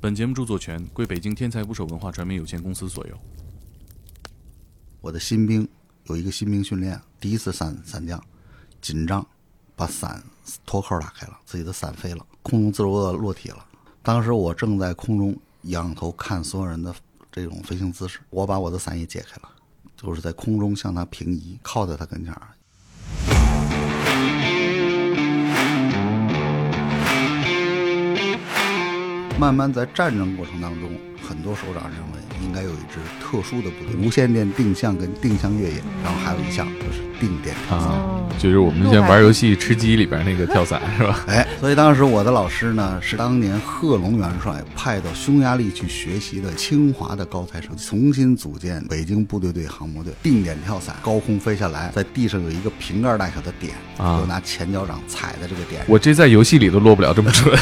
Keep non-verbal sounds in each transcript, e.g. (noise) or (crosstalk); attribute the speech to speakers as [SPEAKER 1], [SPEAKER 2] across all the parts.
[SPEAKER 1] 本节目著作权归北京天才捕手文化传媒有限公司所有。
[SPEAKER 2] 我的新兵有一个新兵训练，第一次伞伞降，紧张，把伞脱扣打开了，自己的伞飞了，空中自如的落体了。当时我正在空中仰头看所有人的这种飞行姿势，我把我的伞也解开了，就是在空中向他平移，靠在他跟前儿。慢慢在战争过程当中，很多首长认为应该有一支特殊的部队，无线电定向跟定向越野，然后还有一项就是定点跳伞。
[SPEAKER 3] 哦，
[SPEAKER 4] 啊就是我们之前玩游戏吃鸡里边那个跳伞是吧？
[SPEAKER 2] 哎，所以当时我的老师呢，是当年贺龙元帅派到匈牙利去学习的清华的高材生，重新组建北京部队队航母队，定点跳伞，高空飞下来，在地上有一个瓶盖大小的点，
[SPEAKER 4] 啊
[SPEAKER 2] 就拿前脚掌踩在这个点上，
[SPEAKER 4] 我这在游戏里都落不了这么准。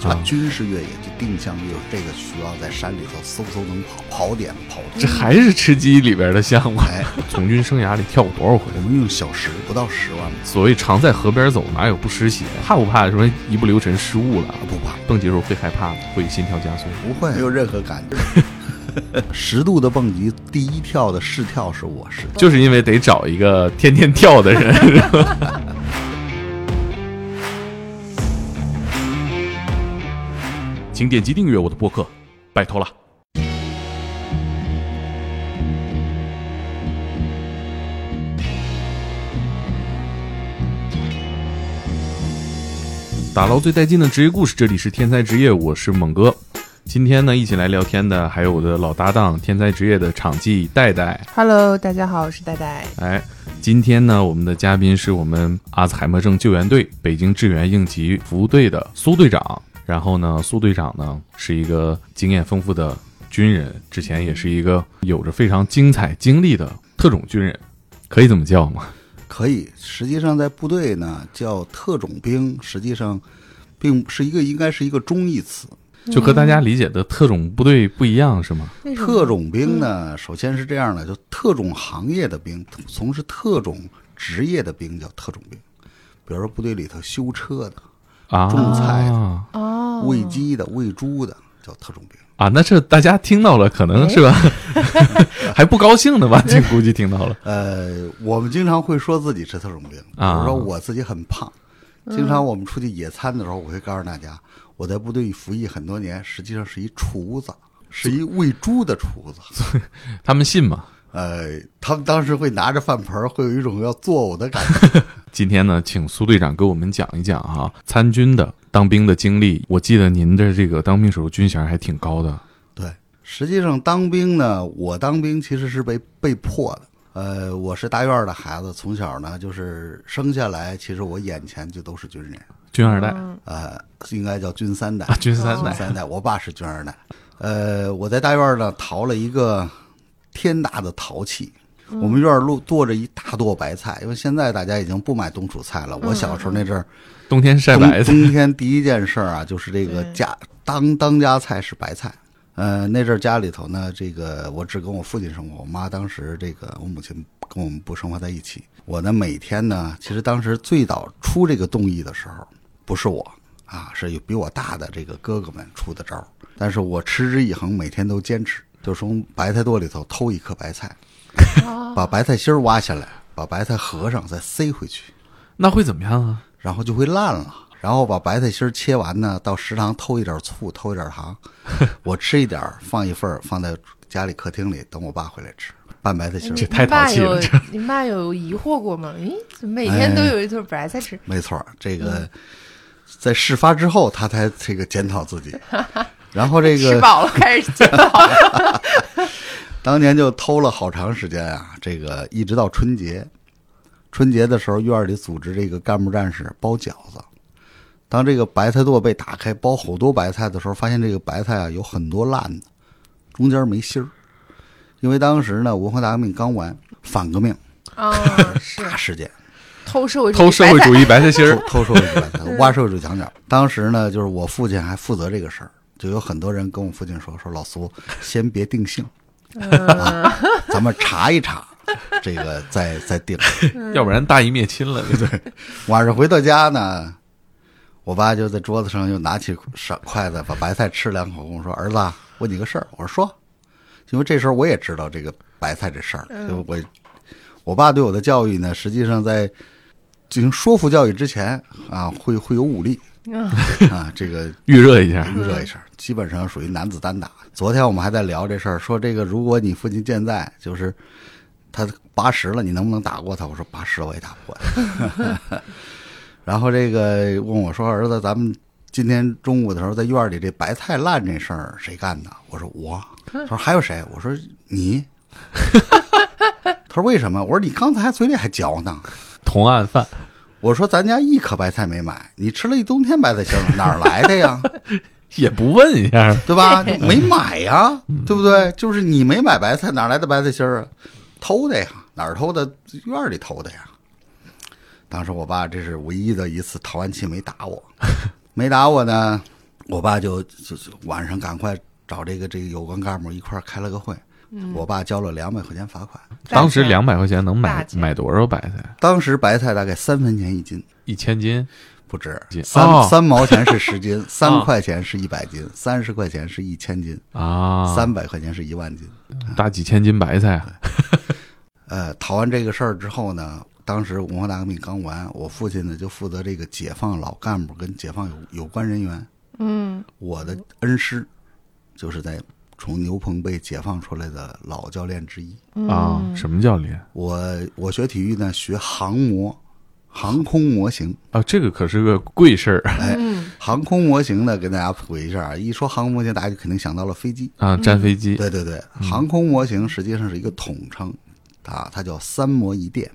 [SPEAKER 2] 就军事越野，就定向越野，这个需要在山里头嗖嗖能跑，跑点跑
[SPEAKER 4] 这还是吃鸡里边的项目。
[SPEAKER 2] 哎，
[SPEAKER 4] 从军生涯里跳过多少回
[SPEAKER 2] 我？们用小时不到十万吧，
[SPEAKER 4] 所谓常在河边走，哪有不湿鞋？怕不怕什么一不留神失误了？
[SPEAKER 2] 不怕。
[SPEAKER 4] 蹦极时候会害怕吗？会心跳加速吗？
[SPEAKER 2] 不会，没有任何感觉。十度的蹦极，第一跳的试跳是我试的。
[SPEAKER 4] 就是因为得找一个天天跳的人。
[SPEAKER 1] 请点击订阅我的播客，拜托了。
[SPEAKER 4] 打捞最带劲的职业故事，这里是天才职业，我是猛哥。今天呢，一起来聊天的还有我的老搭档天才职业的场记戴戴。
[SPEAKER 3] Hello，大家好，我是戴戴。
[SPEAKER 4] 哎，今天呢，我们的嘉宾是我们阿兹海默症救援队北京志愿应急服务队的苏队长。然后呢，苏队长呢是一个经验丰富的军人，之前也是一个有着非常精彩经历的特种军人，可以这么叫吗？
[SPEAKER 2] 可以，实际上在部队呢叫特种兵，实际上并不是一个应该是一个中义词。
[SPEAKER 4] 就和大家理解的特种部队不一样是吗？
[SPEAKER 3] 为什么
[SPEAKER 2] 特种兵呢，首先是这样的，就特种行业的兵，从事特种职业的兵叫特种兵。比如说部队里头修车的、
[SPEAKER 4] 啊，
[SPEAKER 2] 仲裁
[SPEAKER 3] 哦，
[SPEAKER 2] 喂鸡的、喂猪的叫特种兵。
[SPEAKER 4] 啊，那这大家听到了，可能是 (laughs) 吧，还不高兴呢吧？这估计听到了。
[SPEAKER 2] 呃，我们经常会说自己是特种兵，比
[SPEAKER 4] 啊
[SPEAKER 2] 如说我自己很胖，经常我们出去野餐的时候，我会告诉大家，我在部队服役很多年，实际上是一厨子，是一喂猪的厨子。
[SPEAKER 4] 他们信吗？
[SPEAKER 2] 呃，他们当时会拿着饭盆儿，会有一种要作呕的感觉。
[SPEAKER 4] 今天呢，请苏队长给我们讲一讲哈、参军的当兵的经历。我记得您的这个当兵时候军衔还挺高的，
[SPEAKER 2] 对，实际上当兵呢，我当兵其实是被被迫的。呃，我是大院儿的孩子，从小呢就是生下来，其实我眼前就都是军人，
[SPEAKER 4] 军二代、
[SPEAKER 2] 呃，应该叫军三代
[SPEAKER 4] 啊，军三代
[SPEAKER 2] 军三代，我爸是军二代。呃，我在大院儿呢淘了一个天大的淘气。我们院儿路垛着一大垛白菜，因为现在大家已经不买冬储菜了。
[SPEAKER 4] 嗯
[SPEAKER 2] 我小时候那阵儿，
[SPEAKER 4] 冬天晒
[SPEAKER 2] 冬
[SPEAKER 4] 白菜，
[SPEAKER 2] 冬天第一件事儿啊，就是这个
[SPEAKER 3] 对
[SPEAKER 2] 家当当家菜是白菜。呃，那阵儿家里头呢，这个我只跟我父亲生活，我妈当时这个我母亲跟我们不生活在一起。我呢每天呢，其实当时最早出这个动议的时候，不是我啊，是有比我大的这个哥哥们出的招儿，但是我持之以恒，每天都坚持，就从白菜垛里头偷一颗白菜，把白菜心儿挖下来，把白菜合上，再塞回去。
[SPEAKER 4] 那会怎么样啊？
[SPEAKER 2] 然后就会烂了。然后把白菜心儿切完呢，到食堂偷一点醋，偷一点糖，我吃一点儿，放一份儿，放在家里客厅里，等我爸回来吃。拌白菜心
[SPEAKER 4] 这哎太
[SPEAKER 2] 儿，
[SPEAKER 4] 淘气了
[SPEAKER 3] 你爸有你爸有疑惑过吗？咦，怎么每天都有一顿白菜吃？
[SPEAKER 2] 没错儿，这个在事发之后，他才这个检讨自己。然后这
[SPEAKER 3] 吃
[SPEAKER 2] 个
[SPEAKER 3] 饱了开
[SPEAKER 4] (laughs)
[SPEAKER 3] 始煎了。
[SPEAKER 2] 当年就偷了好长时间啊，这个一直到春节，春节的时候院儿里组织这个干部战士包饺子。当这个白菜垛被打开包好多白菜的时候，发现这个白菜啊有很多烂的，中间没芯儿。因为当时呢，文化大革命刚完，反革命
[SPEAKER 3] 啊，是
[SPEAKER 2] 大事件，
[SPEAKER 3] 偷社会主义
[SPEAKER 4] 偷社会主
[SPEAKER 3] 白
[SPEAKER 4] 义白菜心儿，
[SPEAKER 2] 偷偷社会主义白菜，挖社会主义墙角。当时呢，就是我父亲还负责这个事儿，就有很多人跟我父亲说：“说老苏，先别定性，啊，咱们查一查，这个再再定。”
[SPEAKER 4] 要不然大义灭亲了，对不对？
[SPEAKER 2] 晚上回到家呢，我爸就在桌子上又拿起勺筷子把白菜吃了两口，跟我说：“儿子啊，问你个事儿。”我说：“说。”因为这时候我也知道这个白菜这事儿，就我我爸对我的教育呢，实际上在进行说服教育之前啊，会会有武力
[SPEAKER 3] 嗯
[SPEAKER 2] (laughs) 啊，这个
[SPEAKER 4] 预热一下，
[SPEAKER 2] 预热一下，基本上属于男子单打。昨天我们还在聊这事儿，说这个如果你父亲健在，就是他八十了，你能不能打过他？我说八十了我也打不过他。 (laughs) 然后这个问我说儿子，咱们今天中午的时候在院里这白菜烂这事儿谁干的？我说我。他说还有谁？我说你。 (laughs) 他说为什么？我说你刚才嘴里还嚼呢。
[SPEAKER 4] 同案犯，
[SPEAKER 2] 我说咱家一颗白菜没买，你吃了一冬天白菜心儿，哪儿来的呀？
[SPEAKER 4] 也不问一下，
[SPEAKER 2] 对吧？没买呀，对不对？就是你没买白菜，哪来的白菜心儿啊？偷的呀，哪儿偷的？院儿里偷的呀。当时我爸这是唯一的一次淘完气没打我，没打我呢，我爸就就就晚上赶快找这个这个有关干部一块儿开了个会，我爸交了两百块钱罚款，
[SPEAKER 4] 当时
[SPEAKER 3] 大
[SPEAKER 4] 两百块钱能
[SPEAKER 3] 大
[SPEAKER 4] 买
[SPEAKER 3] 钱
[SPEAKER 4] 买多少白菜？
[SPEAKER 2] 当时白菜大概三分钱一斤。
[SPEAKER 4] 一千斤，
[SPEAKER 2] 不止
[SPEAKER 4] 斤
[SPEAKER 2] 三、
[SPEAKER 4] 哦
[SPEAKER 2] 三毛钱是
[SPEAKER 4] (laughs)
[SPEAKER 2] 十斤，三
[SPEAKER 4] 啊
[SPEAKER 2] 块钱是一百斤，三十块钱是一千斤，
[SPEAKER 4] 啊，
[SPEAKER 2] 三百块钱是一万斤。
[SPEAKER 4] 大几千斤白菜啊，
[SPEAKER 2] 呃，逃完这个事儿之后呢，当时文化大革命刚完，我父亲呢就负责这个解放老干部跟解放有有关人员。
[SPEAKER 3] 嗯
[SPEAKER 2] 我的恩师就是在从牛棚被解放出来的老教练之一。
[SPEAKER 4] 啊，什么教练
[SPEAKER 2] 我我学体育呢，学航模，航空模型。
[SPEAKER 4] 啊？这个可是个贵事儿
[SPEAKER 3] 嗯
[SPEAKER 2] 航空模型呢，跟大家普及一下啊，一说航空模型，大家就肯定想到了飞机。
[SPEAKER 4] 啊，粘飞机，
[SPEAKER 2] 对对对，航空模型实际上是一个统称，啊，它叫三模一电，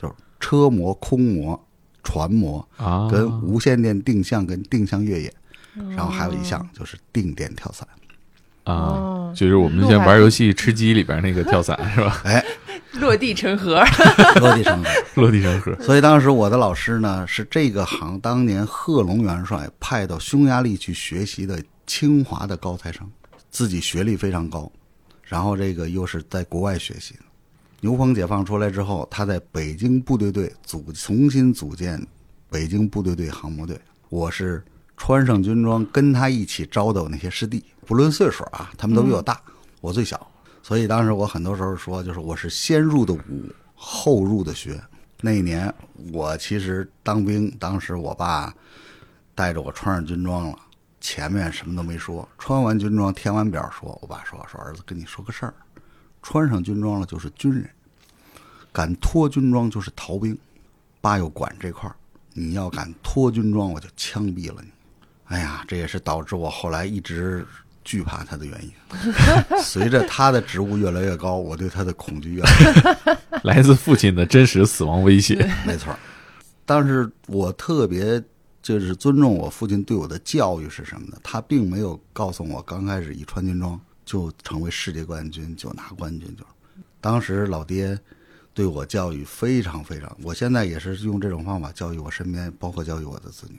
[SPEAKER 2] 就是车模、空模、船模。
[SPEAKER 4] 啊，
[SPEAKER 2] 跟无线电定向跟定向越野，然后还有一项就是定点跳伞。
[SPEAKER 4] 啊，
[SPEAKER 3] 哦，
[SPEAKER 4] 就是我们先玩游戏吃鸡里边那个跳伞
[SPEAKER 3] 嗯
[SPEAKER 4] 是吧？ (laughs)
[SPEAKER 2] 哎，
[SPEAKER 4] 啊
[SPEAKER 3] 落地成盒，
[SPEAKER 2] 落地成盒。
[SPEAKER 4] 落地成盒，
[SPEAKER 2] 所以当时我的老师呢，是这个行当年贺龙元帅派到匈牙利去学习的清华的高材生，自己学历非常高，然后这个又是在国外学习的。牛棚解放出来之后，他在北京部队队组重新组建北京部队队航母队。我是穿上军装跟他一起招的我那些师弟，不论岁数啊，他们都比我大，我最小，所以当时我很多时候说，就是我是先入的伍，后入的学。那一年我其实当兵，当时我爸带着我穿上军装了，前面什么都没说，穿完军装填完表说，我爸说说儿子跟你说个事儿，穿上军装了就是军人，敢脱军装就是逃兵，爸又管这块儿，你要敢脱军装我就枪毙了你。哎呀，这也是导致我后来一直惧怕他的原因。 (laughs) 随着他的职务越来越高，我对他的恐惧越来越
[SPEAKER 4] 来自父亲的真实死亡威胁
[SPEAKER 2] 没错儿，但是我特别就是尊重我父亲对我的教育是什么呢？他并没有告诉我，刚开始一穿军装就成为世界冠军，就拿冠军就是。当时老爹对我教育非常非常，我现在也是用这种方法教育我身边，包括教育我的子女。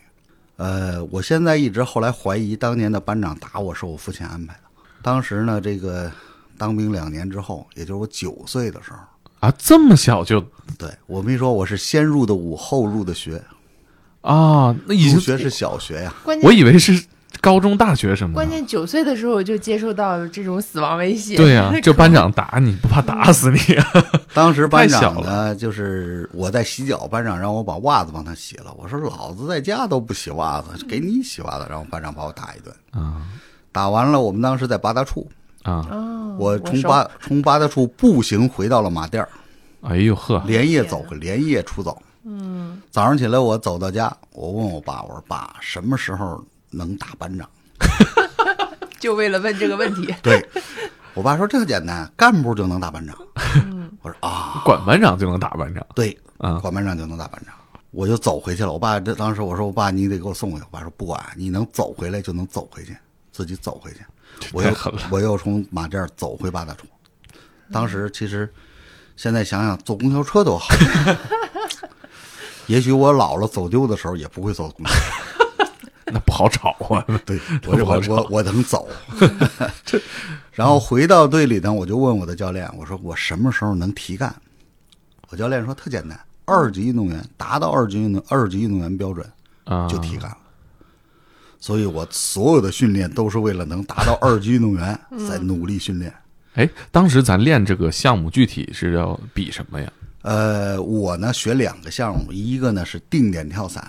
[SPEAKER 2] 呃，我现在一直后来怀疑当年的班长打我是我父亲安排的。当时呢，这个当兵两年之后，也就是我九岁的时候，
[SPEAKER 4] 啊！这么小就
[SPEAKER 2] 对我没说我是先入的伍，后入的学，
[SPEAKER 4] 啊，那已
[SPEAKER 2] 入
[SPEAKER 4] 经
[SPEAKER 2] 学是小学呀、
[SPEAKER 3] 关键
[SPEAKER 4] 我以为是高中大学什么的。
[SPEAKER 3] 关键九岁的时候我就接受到这种死亡威胁，
[SPEAKER 4] 对呀、这班长打你不怕打死你
[SPEAKER 3] (laughs)
[SPEAKER 4] 啊？
[SPEAKER 2] 当时班长
[SPEAKER 4] 太小
[SPEAKER 2] 呢，就是我在洗脚，班长让我把袜子帮他洗了。我说老子在家都不洗袜子，给你洗袜子。然后班长把我打一顿，打完了，我们当时在八大处，
[SPEAKER 3] 嗯
[SPEAKER 4] (laughs) 啊！
[SPEAKER 2] 嗯我哦从
[SPEAKER 3] 哦熟
[SPEAKER 2] 八从八大处步行回到了马甸儿，
[SPEAKER 4] 哎呦呵，
[SPEAKER 2] 连夜走，连夜出走。啊嗯，早上起来我走到家，我问我爸，我说爸，什么时候能打班长？
[SPEAKER 3] 就为了问这个问题，
[SPEAKER 2] 对，我爸说这个简单，干部就能打班长。 (laughs) 我说啊，
[SPEAKER 4] 管班长就能打班长
[SPEAKER 2] 对，
[SPEAKER 4] 啊
[SPEAKER 2] 管班长就能打班长。我就走回去了。我爸这当时我说我爸你得给我送回去。我爸说不管，你能走回来就能走回去，自己走回去。我又
[SPEAKER 4] 太狠了
[SPEAKER 2] 我又从马甸儿走回八大处。当时其实现在想想坐公交车多好， (laughs) 也许我老了走丢的时候也不会坐公交车。
[SPEAKER 4] 那不好找
[SPEAKER 3] (laughs)
[SPEAKER 4] 啊！
[SPEAKER 2] 对，我这
[SPEAKER 4] 不好
[SPEAKER 2] 我
[SPEAKER 4] 找
[SPEAKER 2] 我我能走。 (laughs) 然后回到队里呢，我就问我的教练，我说我什么时候能提干？我教练说特简单，二级运动员达到二级运动二级运动员标准
[SPEAKER 4] 啊，
[SPEAKER 2] 就提干了。所以我所有的训练都是为了能达到二级运动员，在努力训练。
[SPEAKER 4] 哎，当时咱练这个项目具体是要比什么呀？
[SPEAKER 2] 呃，我呢学两个项目，一个呢是定点跳伞，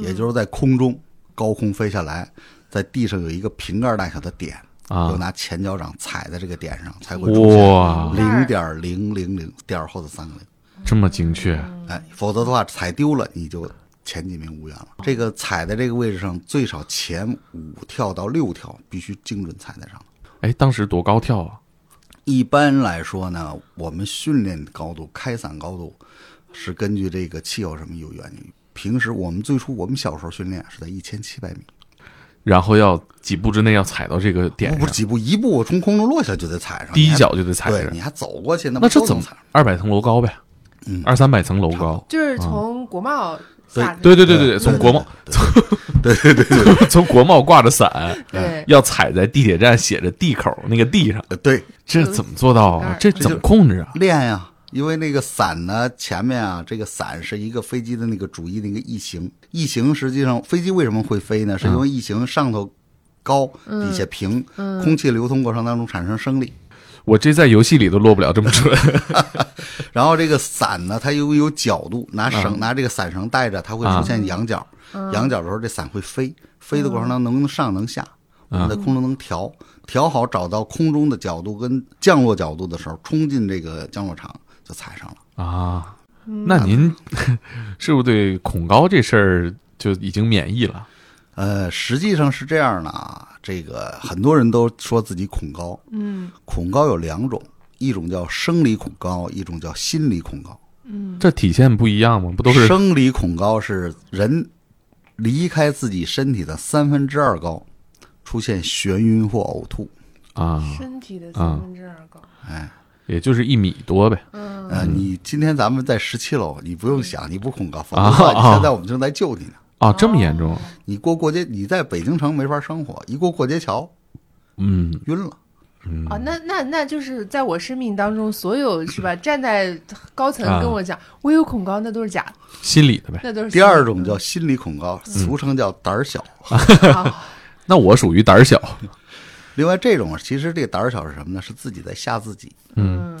[SPEAKER 2] 也就是在空中高空飞下来，在地上有一个瓶盖大小的点，
[SPEAKER 4] 啊
[SPEAKER 2] 我拿前脚掌踩在这个点上，才会出现
[SPEAKER 4] 哇，
[SPEAKER 2] 零点零零零点后的三个零。
[SPEAKER 4] 这么精确
[SPEAKER 2] 哎，否则的话踩丢了你就前几名无缘了。这个踩在这个位置上，最少前五跳到六跳必须精准踩在上。
[SPEAKER 4] 哎，当时多高跳啊？
[SPEAKER 2] 一般来说呢，我们训练高度、开伞高度是根据这个气候什么有原因。平时我们最初我们小时候训练是在一千七百米，
[SPEAKER 4] 然后要几步之内要踩到这个点
[SPEAKER 2] 不
[SPEAKER 4] 上
[SPEAKER 2] 是，几步，一步我从空中落下就得踩上，
[SPEAKER 4] 第
[SPEAKER 2] 啊你
[SPEAKER 4] 一
[SPEAKER 2] 还
[SPEAKER 4] 脚就得踩
[SPEAKER 2] 对，
[SPEAKER 4] 着
[SPEAKER 2] 你。还走过去，那
[SPEAKER 4] 那
[SPEAKER 2] 不
[SPEAKER 4] 这
[SPEAKER 2] 都
[SPEAKER 4] 怎么
[SPEAKER 2] 能踩上？
[SPEAKER 4] 二百层楼高呗？
[SPEAKER 2] 嗯
[SPEAKER 4] 二三百层楼高。
[SPEAKER 3] 就是从国贸撒的
[SPEAKER 4] 啊对对对对对，从国贸
[SPEAKER 2] 对对对对
[SPEAKER 4] (laughs) 从国贸挂着伞，
[SPEAKER 3] 对，
[SPEAKER 4] 要踩在地铁站写着“地口”那个地上，
[SPEAKER 2] 呃对，
[SPEAKER 4] 这怎么做到啊？这怎么控制啊？
[SPEAKER 2] 练呀、因为那个伞呢，前面啊，这个伞是一个飞机的那个主翼的一个翼形，翼形实际上飞机为什么会飞呢？是
[SPEAKER 4] 嗯
[SPEAKER 2] 因为翼形上头高，底下平，空气流通过程当中产生升力。
[SPEAKER 4] 我这在游戏里都落不了这么
[SPEAKER 2] (laughs)
[SPEAKER 4] 准。
[SPEAKER 2] 然后这个伞呢，它由于有角度，拿绳、拿这个伞绳带着，它会出现仰角。仰角的时候，这伞会飞，飞的过程当中能上能下，我们在空中能调，调好找到空中的角度跟降落角度的时候，冲进这个降落场就踩上了。
[SPEAKER 4] 啊，那您 (laughs) 是不是对恐高这事儿就已经免疫了？
[SPEAKER 2] 呃，实际上是这样的啊，这个很多人都说自己恐高，
[SPEAKER 3] 嗯
[SPEAKER 2] 恐高有两种，一种叫生理恐高，一种叫心理恐高。
[SPEAKER 4] 这体现不一样吗？不都是
[SPEAKER 2] 生理恐高是人离开自己身体的三分之二高，出现眩晕或呕吐。
[SPEAKER 4] 啊？
[SPEAKER 3] 身体的三分之二高，
[SPEAKER 2] 哎，
[SPEAKER 4] 也就是一米多呗。
[SPEAKER 3] 嗯，
[SPEAKER 2] 呃，你今天咱们在十七楼，你不用想，你不恐高，否
[SPEAKER 4] 啊
[SPEAKER 2] 则的话
[SPEAKER 4] 啊
[SPEAKER 2] 你现在我们正在救你呢。
[SPEAKER 4] 啊，这么严重？
[SPEAKER 2] 你过过街，你在北京城没法生活，一过过街桥
[SPEAKER 4] 嗯，
[SPEAKER 2] 晕了。
[SPEAKER 3] 哦，那那那就是在我生命当中，所有是吧？站在高层跟我讲，我有恐高，那都是假的，
[SPEAKER 4] 心理的呗。
[SPEAKER 3] 那都是
[SPEAKER 2] 第二种叫心理恐高，
[SPEAKER 4] 嗯
[SPEAKER 2] 俗称叫胆儿小。
[SPEAKER 3] 啊，
[SPEAKER 4] 那我属于胆儿小。
[SPEAKER 2] 另外，这种其实这个胆儿小是什么呢？是自己在吓自己。
[SPEAKER 3] 嗯，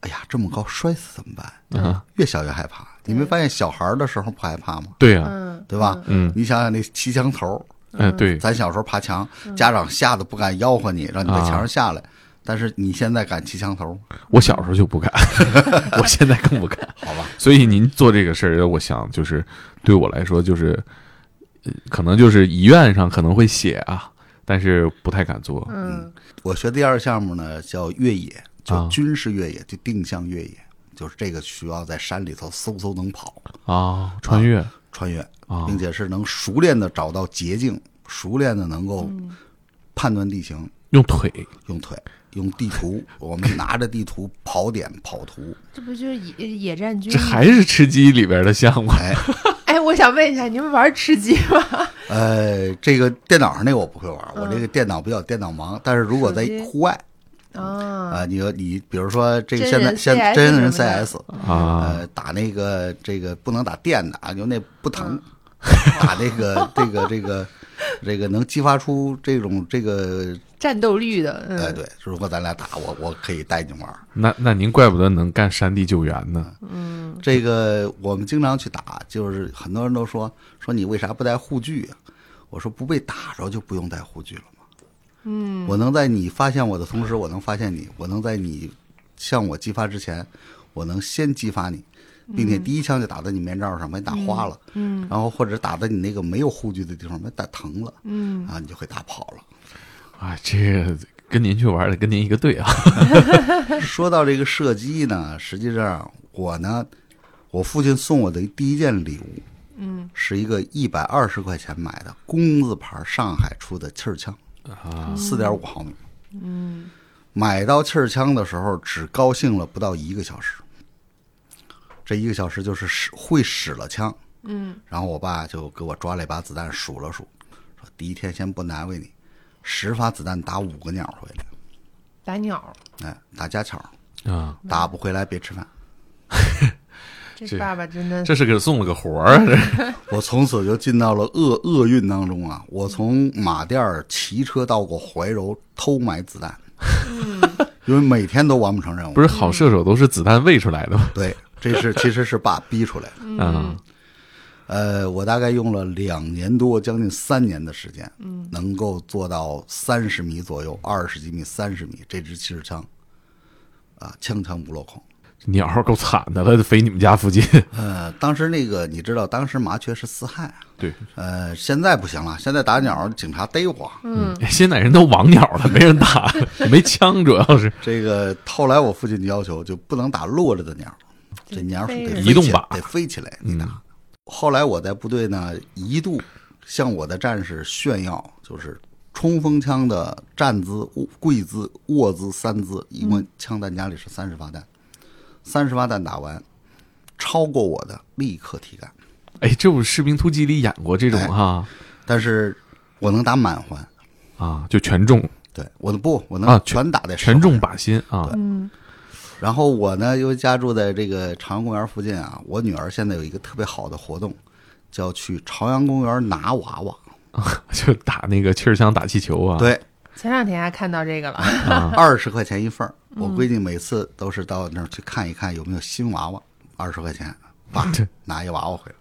[SPEAKER 2] 哎呀，这么高摔死怎么办？
[SPEAKER 4] 啊，
[SPEAKER 2] 越小越害怕。你没发现小孩儿的时候不害怕吗？
[SPEAKER 4] 对呀、
[SPEAKER 3] 嗯，
[SPEAKER 2] 对吧？
[SPEAKER 4] 嗯，
[SPEAKER 2] 你想想那骑墙头，
[SPEAKER 4] 哎，对，
[SPEAKER 2] 咱小时候爬墙，家长吓得不敢吆喝你，让你在墙
[SPEAKER 4] 啊
[SPEAKER 2] 上下来。但是你现在敢骑墙头，
[SPEAKER 4] 我小时候就不
[SPEAKER 2] (laughs)
[SPEAKER 4] 敢， (laughs) 我现在更不敢。
[SPEAKER 2] 好吧？
[SPEAKER 4] 所以您做这个事儿，我想就是对我来说就是，呃可能就是遗愿上可能会写啊，但是不太敢做。
[SPEAKER 3] 嗯，
[SPEAKER 2] 我学第二项目呢叫越野，
[SPEAKER 4] 啊
[SPEAKER 2] 就军事越野，就定向越野，就是这个需要在山里头嗖嗖能跑
[SPEAKER 4] 啊，穿越
[SPEAKER 2] 穿越，
[SPEAKER 4] 啊
[SPEAKER 2] 并且是能熟练的找到捷径，熟练的能够
[SPEAKER 3] 嗯
[SPEAKER 2] 判断地形，
[SPEAKER 4] 用腿
[SPEAKER 2] 用腿，用地图，我们拿着地图跑点跑图。
[SPEAKER 3] 这不就是野野战军
[SPEAKER 4] 这？还是吃鸡里边的
[SPEAKER 2] (laughs)
[SPEAKER 4] 项目啊
[SPEAKER 2] 哎，
[SPEAKER 3] 哎，我想问一下，你们玩吃鸡吗？
[SPEAKER 2] 呃，这个电脑上那个我不会玩，我这个电脑比较电脑盲。但是如果在
[SPEAKER 3] 嗯手机
[SPEAKER 2] 户外
[SPEAKER 3] 啊，
[SPEAKER 2] 啊，你和你比如说这个
[SPEAKER 3] 真
[SPEAKER 2] 现在
[SPEAKER 3] 人
[SPEAKER 2] 现
[SPEAKER 3] CS
[SPEAKER 2] 真人
[SPEAKER 3] 什么的
[SPEAKER 2] CS，
[SPEAKER 4] 啊，
[SPEAKER 2] 呃，打那个这个不能打电的啊，就那不疼，(laughs)
[SPEAKER 3] 嗯
[SPEAKER 2] 打这个这个这个这个能激发出这种这个
[SPEAKER 3] 战斗力的，嗯，
[SPEAKER 2] 哎，对，如果咱俩打，我我可以带你玩。
[SPEAKER 4] 那那您怪不得能干山地救援呢。
[SPEAKER 2] 这个我们经常去打，就是很多人都说说你为啥不带护具啊？我说不被打着就不用带护具了吗？嗯，我能在你发现我的同时，我能发现你，我能在你向我激发之前，我能先激发你，并且第一枪就打在你面罩上，把你打花了，嗯，然后或者打在你那个没有护具的地方，把你打疼了，嗯，啊，你就会打跑了。
[SPEAKER 4] 啊，这个跟您去玩的跟您一个队啊。
[SPEAKER 2] 说到这个射击呢，实际上我呢，我父亲送我的第一件礼物，嗯，是一个一百二十块钱买的工字牌上海出的气儿枪，啊，四点五毫米，嗯，买到气儿枪的时候只高兴了不到一个小时，这一个小时就是使会使了枪，嗯，然后我爸就给我抓了一把子弹数了数，说第一天先不难为你，十发子弹打五个鸟回来，
[SPEAKER 3] 打鸟，
[SPEAKER 2] 哎，打家巧儿。
[SPEAKER 4] 啊，
[SPEAKER 2] 打不回来别吃饭。
[SPEAKER 3] 这爸爸真的
[SPEAKER 4] 这是给送了个活儿， (laughs)
[SPEAKER 2] 我从此就进到了厄厄运当中啊！我从马甸儿骑车到过怀柔偷买子弹，因为每天都完不成任务。
[SPEAKER 4] 不是好射手都是子弹喂出来的吗？
[SPEAKER 2] 对，这是其实是爸逼出来的。
[SPEAKER 4] 啊，
[SPEAKER 2] 呃，我大概用了两年多，将近三年的时间，嗯，能够做到三十米左右，二十几米、三十米这支气势枪，啊，枪枪不落空。
[SPEAKER 4] 鸟儿够惨的了，飞你们家附近。
[SPEAKER 2] 呃，当时那个你知道，当时麻雀是四害啊，
[SPEAKER 4] (laughs) 对，
[SPEAKER 2] 呃，现在不行了，现在打鸟警察逮我。
[SPEAKER 4] 嗯，现在人都网鸟了，没人打，没枪，主要是
[SPEAKER 2] 这个后来我父亲要求就不能打落了的鸟，这鸟得
[SPEAKER 3] 飞
[SPEAKER 2] 飞
[SPEAKER 3] 着
[SPEAKER 2] 起
[SPEAKER 4] 移动吧嗯
[SPEAKER 2] 得飞起来你打。后来我在部队呢，一度向我的战士炫耀，就是冲锋枪的站姿、卧跪姿、卧姿三姿，一共枪弹夹里是三十发弹，三十发弹打完，超过我的立刻提干，
[SPEAKER 4] 哎，这不《士兵突击》里演过这种哈
[SPEAKER 2] 但是我能打满环，
[SPEAKER 4] 啊，就全中
[SPEAKER 2] 对我的不，我
[SPEAKER 4] 啊
[SPEAKER 2] 能
[SPEAKER 4] 全
[SPEAKER 2] 全打在手
[SPEAKER 4] 全中
[SPEAKER 2] 上
[SPEAKER 4] 靶心啊，
[SPEAKER 2] 然后我呢又家住在这个朝阳公园附近啊，我女儿现在有一个特别好的活动，叫去朝阳公园拿娃娃。
[SPEAKER 4] 就打那个气儿枪打气球啊。
[SPEAKER 2] 对，
[SPEAKER 3] 前两天还看到这个了， (laughs)
[SPEAKER 2] 二十块钱一份儿。我闺女每次都是到那儿去看一看有没有新娃娃，二十块钱，爸拿一娃娃回来。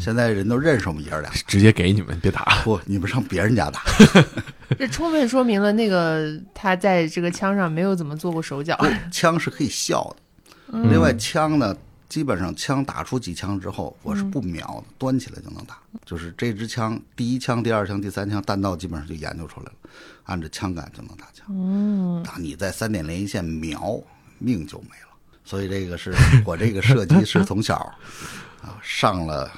[SPEAKER 2] 现在人都认识我们爷
[SPEAKER 4] (laughs)
[SPEAKER 2] 儿俩，
[SPEAKER 4] 直接给你们，别打。
[SPEAKER 2] 不，你们上别人家打。
[SPEAKER 3] 这充分说明了那个他在这个枪上没有怎么做过手脚。
[SPEAKER 2] 枪是可以笑的，另外枪呢，基本上枪打出几枪之后，我是不瞄的，端起来就能打。就是这支枪，第一枪、第二枪、第三枪，弹道基本上就研究出来了，按照枪杆就能打枪。嗯，打你在三点连一线瞄，命就没了。所以这个是我这个射击是从小 (laughs) 啊上了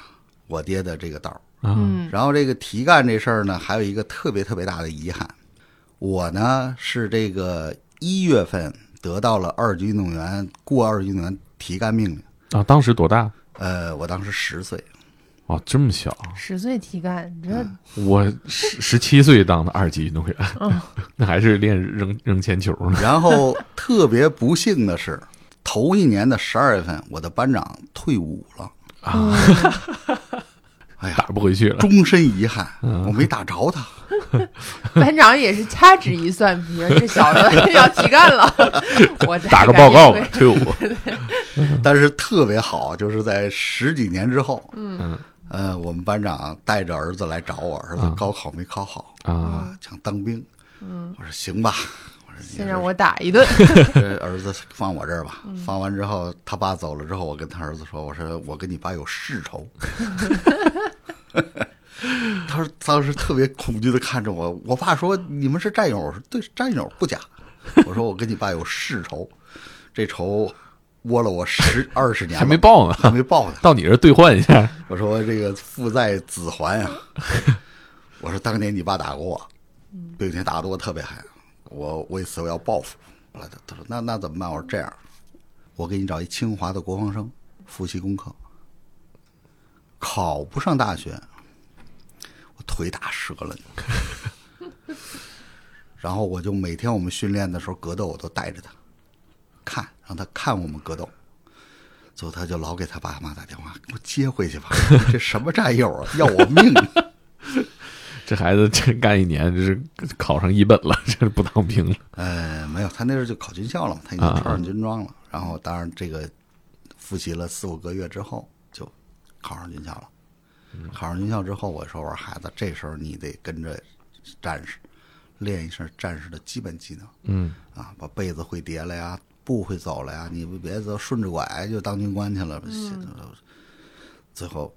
[SPEAKER 2] 我爹的这个道儿。
[SPEAKER 3] 嗯，
[SPEAKER 2] 然后这个提干这事儿呢，还有一个特别特别大的遗憾，我呢是这个一月份得到了二级运动员过二级运动员提干命令，
[SPEAKER 4] 啊，当时多大？
[SPEAKER 2] 呃，我当时十岁，
[SPEAKER 4] 哦，这么小，
[SPEAKER 3] 十岁提干，你这
[SPEAKER 4] 我十十七岁当的二级运动员， (laughs) 那还是练扔扔铅球呢。
[SPEAKER 2] 然后特别不幸的是，头一年的十二月份，我的班长退伍了，
[SPEAKER 4] 打不回去了。
[SPEAKER 2] 终身遗憾，我没打着他。
[SPEAKER 3] (laughs) 班长也是掐指一算，你说这小子 (laughs) 要提干了，我再
[SPEAKER 4] 打个
[SPEAKER 3] 赶紧
[SPEAKER 4] 报告
[SPEAKER 3] 回
[SPEAKER 4] 吧，退伍。
[SPEAKER 2] 但是特别好，就是在十几年之后，嗯，呃，我们班长带着儿子来找我，儿子高考没考好
[SPEAKER 4] 啊，
[SPEAKER 2] 想当兵，嗯，我说行吧，我说
[SPEAKER 3] 先让我打一顿。
[SPEAKER 2] 这儿子放我这儿吧，放完之后他爸走了之后，我跟他儿子说，我说我跟你爸有世仇。 (laughs) 他说当时特别恐惧的看着我，我爸说你们是战友，我说对，战友不假。我说我跟你爸有世仇，这仇窝了我十二十年了，
[SPEAKER 4] 还没报呢
[SPEAKER 2] 还没报呢。
[SPEAKER 4] 到你这儿兑换一下，
[SPEAKER 2] 我说这个父债子还呀、我说当年你爸打过我，并且打得我特别狠，我为此我要报复。后来他他说那那怎么办？我说这样，我给你找一清华的国防生复习功课。考不上大学，我腿打折了。 (laughs) 然后我就每天我们训练的时候格斗，我都带着他看，让他看我们格斗。最后他就老给他爸妈打电话，给我接回去吧，这什么战友啊， (laughs) 要我命！
[SPEAKER 4] 这孩子这干一年，这是考上一本了， (laughs) 这不当兵了。
[SPEAKER 2] 呃，没有，他那时候就考军校了嘛，他已经穿上军装了。然后，当然这个复习了四五个月之后，就考上军校了。考上军校之后，我说我说孩子，这时候你得跟着战士练一身战士的基本技能。嗯，啊，把被子会叠了呀，步会走了呀，你别就顺着拐就当军官去
[SPEAKER 3] 嗯
[SPEAKER 2] 了。最后，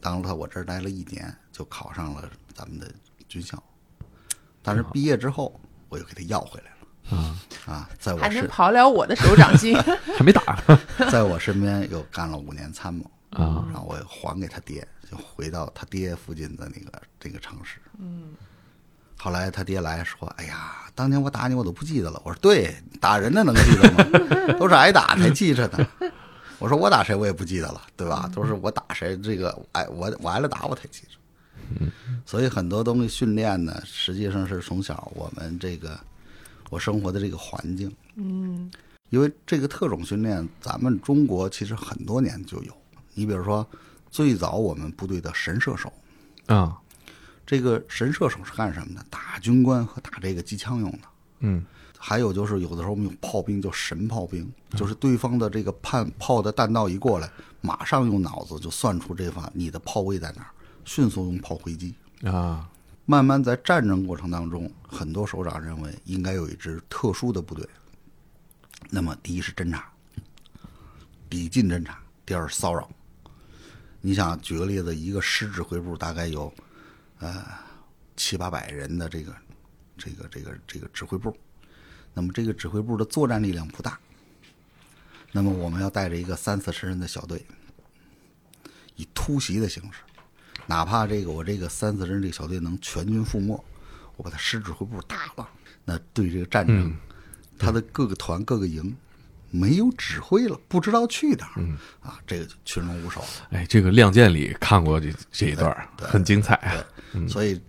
[SPEAKER 2] 当了他我这儿待了一年，就考上了咱们的军校。但是毕业之后，我又给他要回来了。啊啊，在
[SPEAKER 3] 还
[SPEAKER 2] 我
[SPEAKER 3] 能
[SPEAKER 2] 身
[SPEAKER 3] 跑了我的手掌
[SPEAKER 4] (laughs)
[SPEAKER 3] 心。 (laughs)
[SPEAKER 4] 还没打呢
[SPEAKER 2] 在我身边又干了五年参谋
[SPEAKER 4] 啊，
[SPEAKER 2] 然后我又还给他爹，就回到他爹附近的那个那个城市。嗯，后来他爹来说：“哎呀，当年我打你，我都不记得了。”我说：“对，打人的能记得吗？都是挨打才记着呢。” (laughs) 我说：“我打谁我也不记得了，对吧？都是我打谁，这个挨我我挨了打我才记着。”所以很多东西训练呢，实际上是从小我们这个我生活的这个环境，嗯，因为这个特种训练，咱们中国其实很多年就有。你比如说，最早我们部队的神射手，
[SPEAKER 4] 啊，
[SPEAKER 2] 这个神射手是干什么的？打军官和打这个机枪用的。
[SPEAKER 4] 嗯
[SPEAKER 2] 还有就是，有的时候我们用炮兵叫神炮兵，就是对方的这个炮炮的弹道一过来，马上用脑子就算出这方你的炮位在哪儿，迅速用炮回击。
[SPEAKER 4] 啊，
[SPEAKER 2] 慢慢在战争过程当中，很多首长认为应该有一支特殊的部队。那么，第一是侦察，抵近侦察；第二是骚扰。你想，举个例子，一个师指挥部大概有呃七八百人的这个这个这个这个指挥部，那么这个指挥部的作战力量不大。那么我们要带着一个三四十人的小队，以突袭的形式，哪怕这个我这个三四十人这个小队能全军覆没，我把他师指挥部打了，那对这个战争，他的各个团各个营没有指挥了，不知道去哪儿、啊，这个就群龙无首了。
[SPEAKER 4] 哎，这个《亮剑》里看过这这一段儿，很精彩啊。
[SPEAKER 2] 所以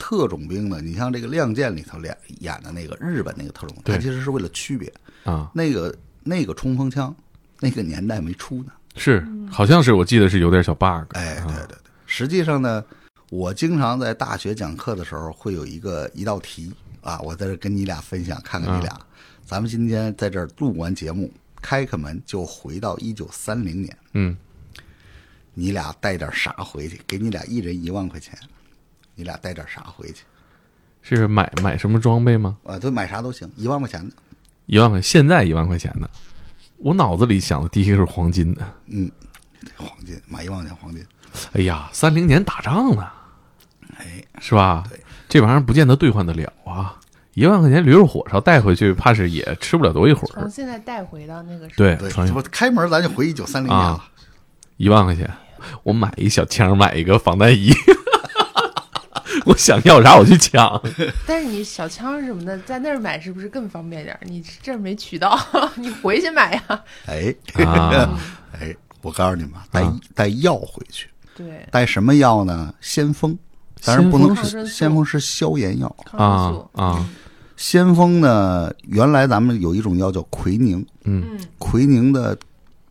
[SPEAKER 2] 特种兵呢，你像这个《亮剑》里头演演的那个日本那个特种兵，
[SPEAKER 4] 对
[SPEAKER 2] 他其实是为了区别
[SPEAKER 4] 啊，
[SPEAKER 2] 那个那个冲锋枪，那个年代没出呢。
[SPEAKER 4] 是，好像是我记得是有点小 bug。
[SPEAKER 2] 哎，对对对，实际上呢，我经常在大学讲课的时候会有一个一道题啊，我在这跟你俩分享，看看你
[SPEAKER 4] 啊
[SPEAKER 2] 俩。咱们今天在这儿录完节目，开开门就回到一九三零年，
[SPEAKER 4] 嗯，
[SPEAKER 2] 你俩带点啥回去？给你俩一人一万块钱，你俩带点啥回去？
[SPEAKER 4] 是买买什么装备吗？
[SPEAKER 2] 啊，对，买啥都行，一万块钱的，
[SPEAKER 4] 一万块，现在一万块钱的，我脑子里想的第一个是黄金的。
[SPEAKER 2] 黄金买一万块钱黄金，
[SPEAKER 4] 哎呀，三零年打仗呢，
[SPEAKER 2] 哎，
[SPEAKER 4] 是吧
[SPEAKER 2] 对？
[SPEAKER 4] 这玩意儿不见得兑换得了啊。一万块钱驴肉火烧带回去，怕是也吃不了多一会
[SPEAKER 3] 从
[SPEAKER 4] 儿。
[SPEAKER 3] 现在带回到那个时候，
[SPEAKER 4] 对，
[SPEAKER 2] 对，
[SPEAKER 4] 哎穿
[SPEAKER 2] 这不开门咱就回一九三零年了
[SPEAKER 4] 啊。一万块钱，我买一小枪，买一个防弹衣。 (laughs) 我想要啥我去抢，
[SPEAKER 3] 但是你小枪什么的在那儿买是不是更方便点儿？你这儿没渠道， (laughs) 你回去买呀。
[SPEAKER 2] 哎，
[SPEAKER 4] 啊
[SPEAKER 2] (laughs) 哎，我告诉你们啊，带、带药回去，
[SPEAKER 4] (laughs) 啊
[SPEAKER 3] 对，
[SPEAKER 2] 带什么药呢？先锋，当然不能
[SPEAKER 3] 先锋
[SPEAKER 2] 是
[SPEAKER 3] 是
[SPEAKER 2] 先锋是消炎药。
[SPEAKER 3] 抗生
[SPEAKER 4] 啊
[SPEAKER 3] 素，
[SPEAKER 4] 啊，
[SPEAKER 2] 先锋呢，原来咱们有一种药叫奎宁，
[SPEAKER 4] 嗯
[SPEAKER 2] 奎宁的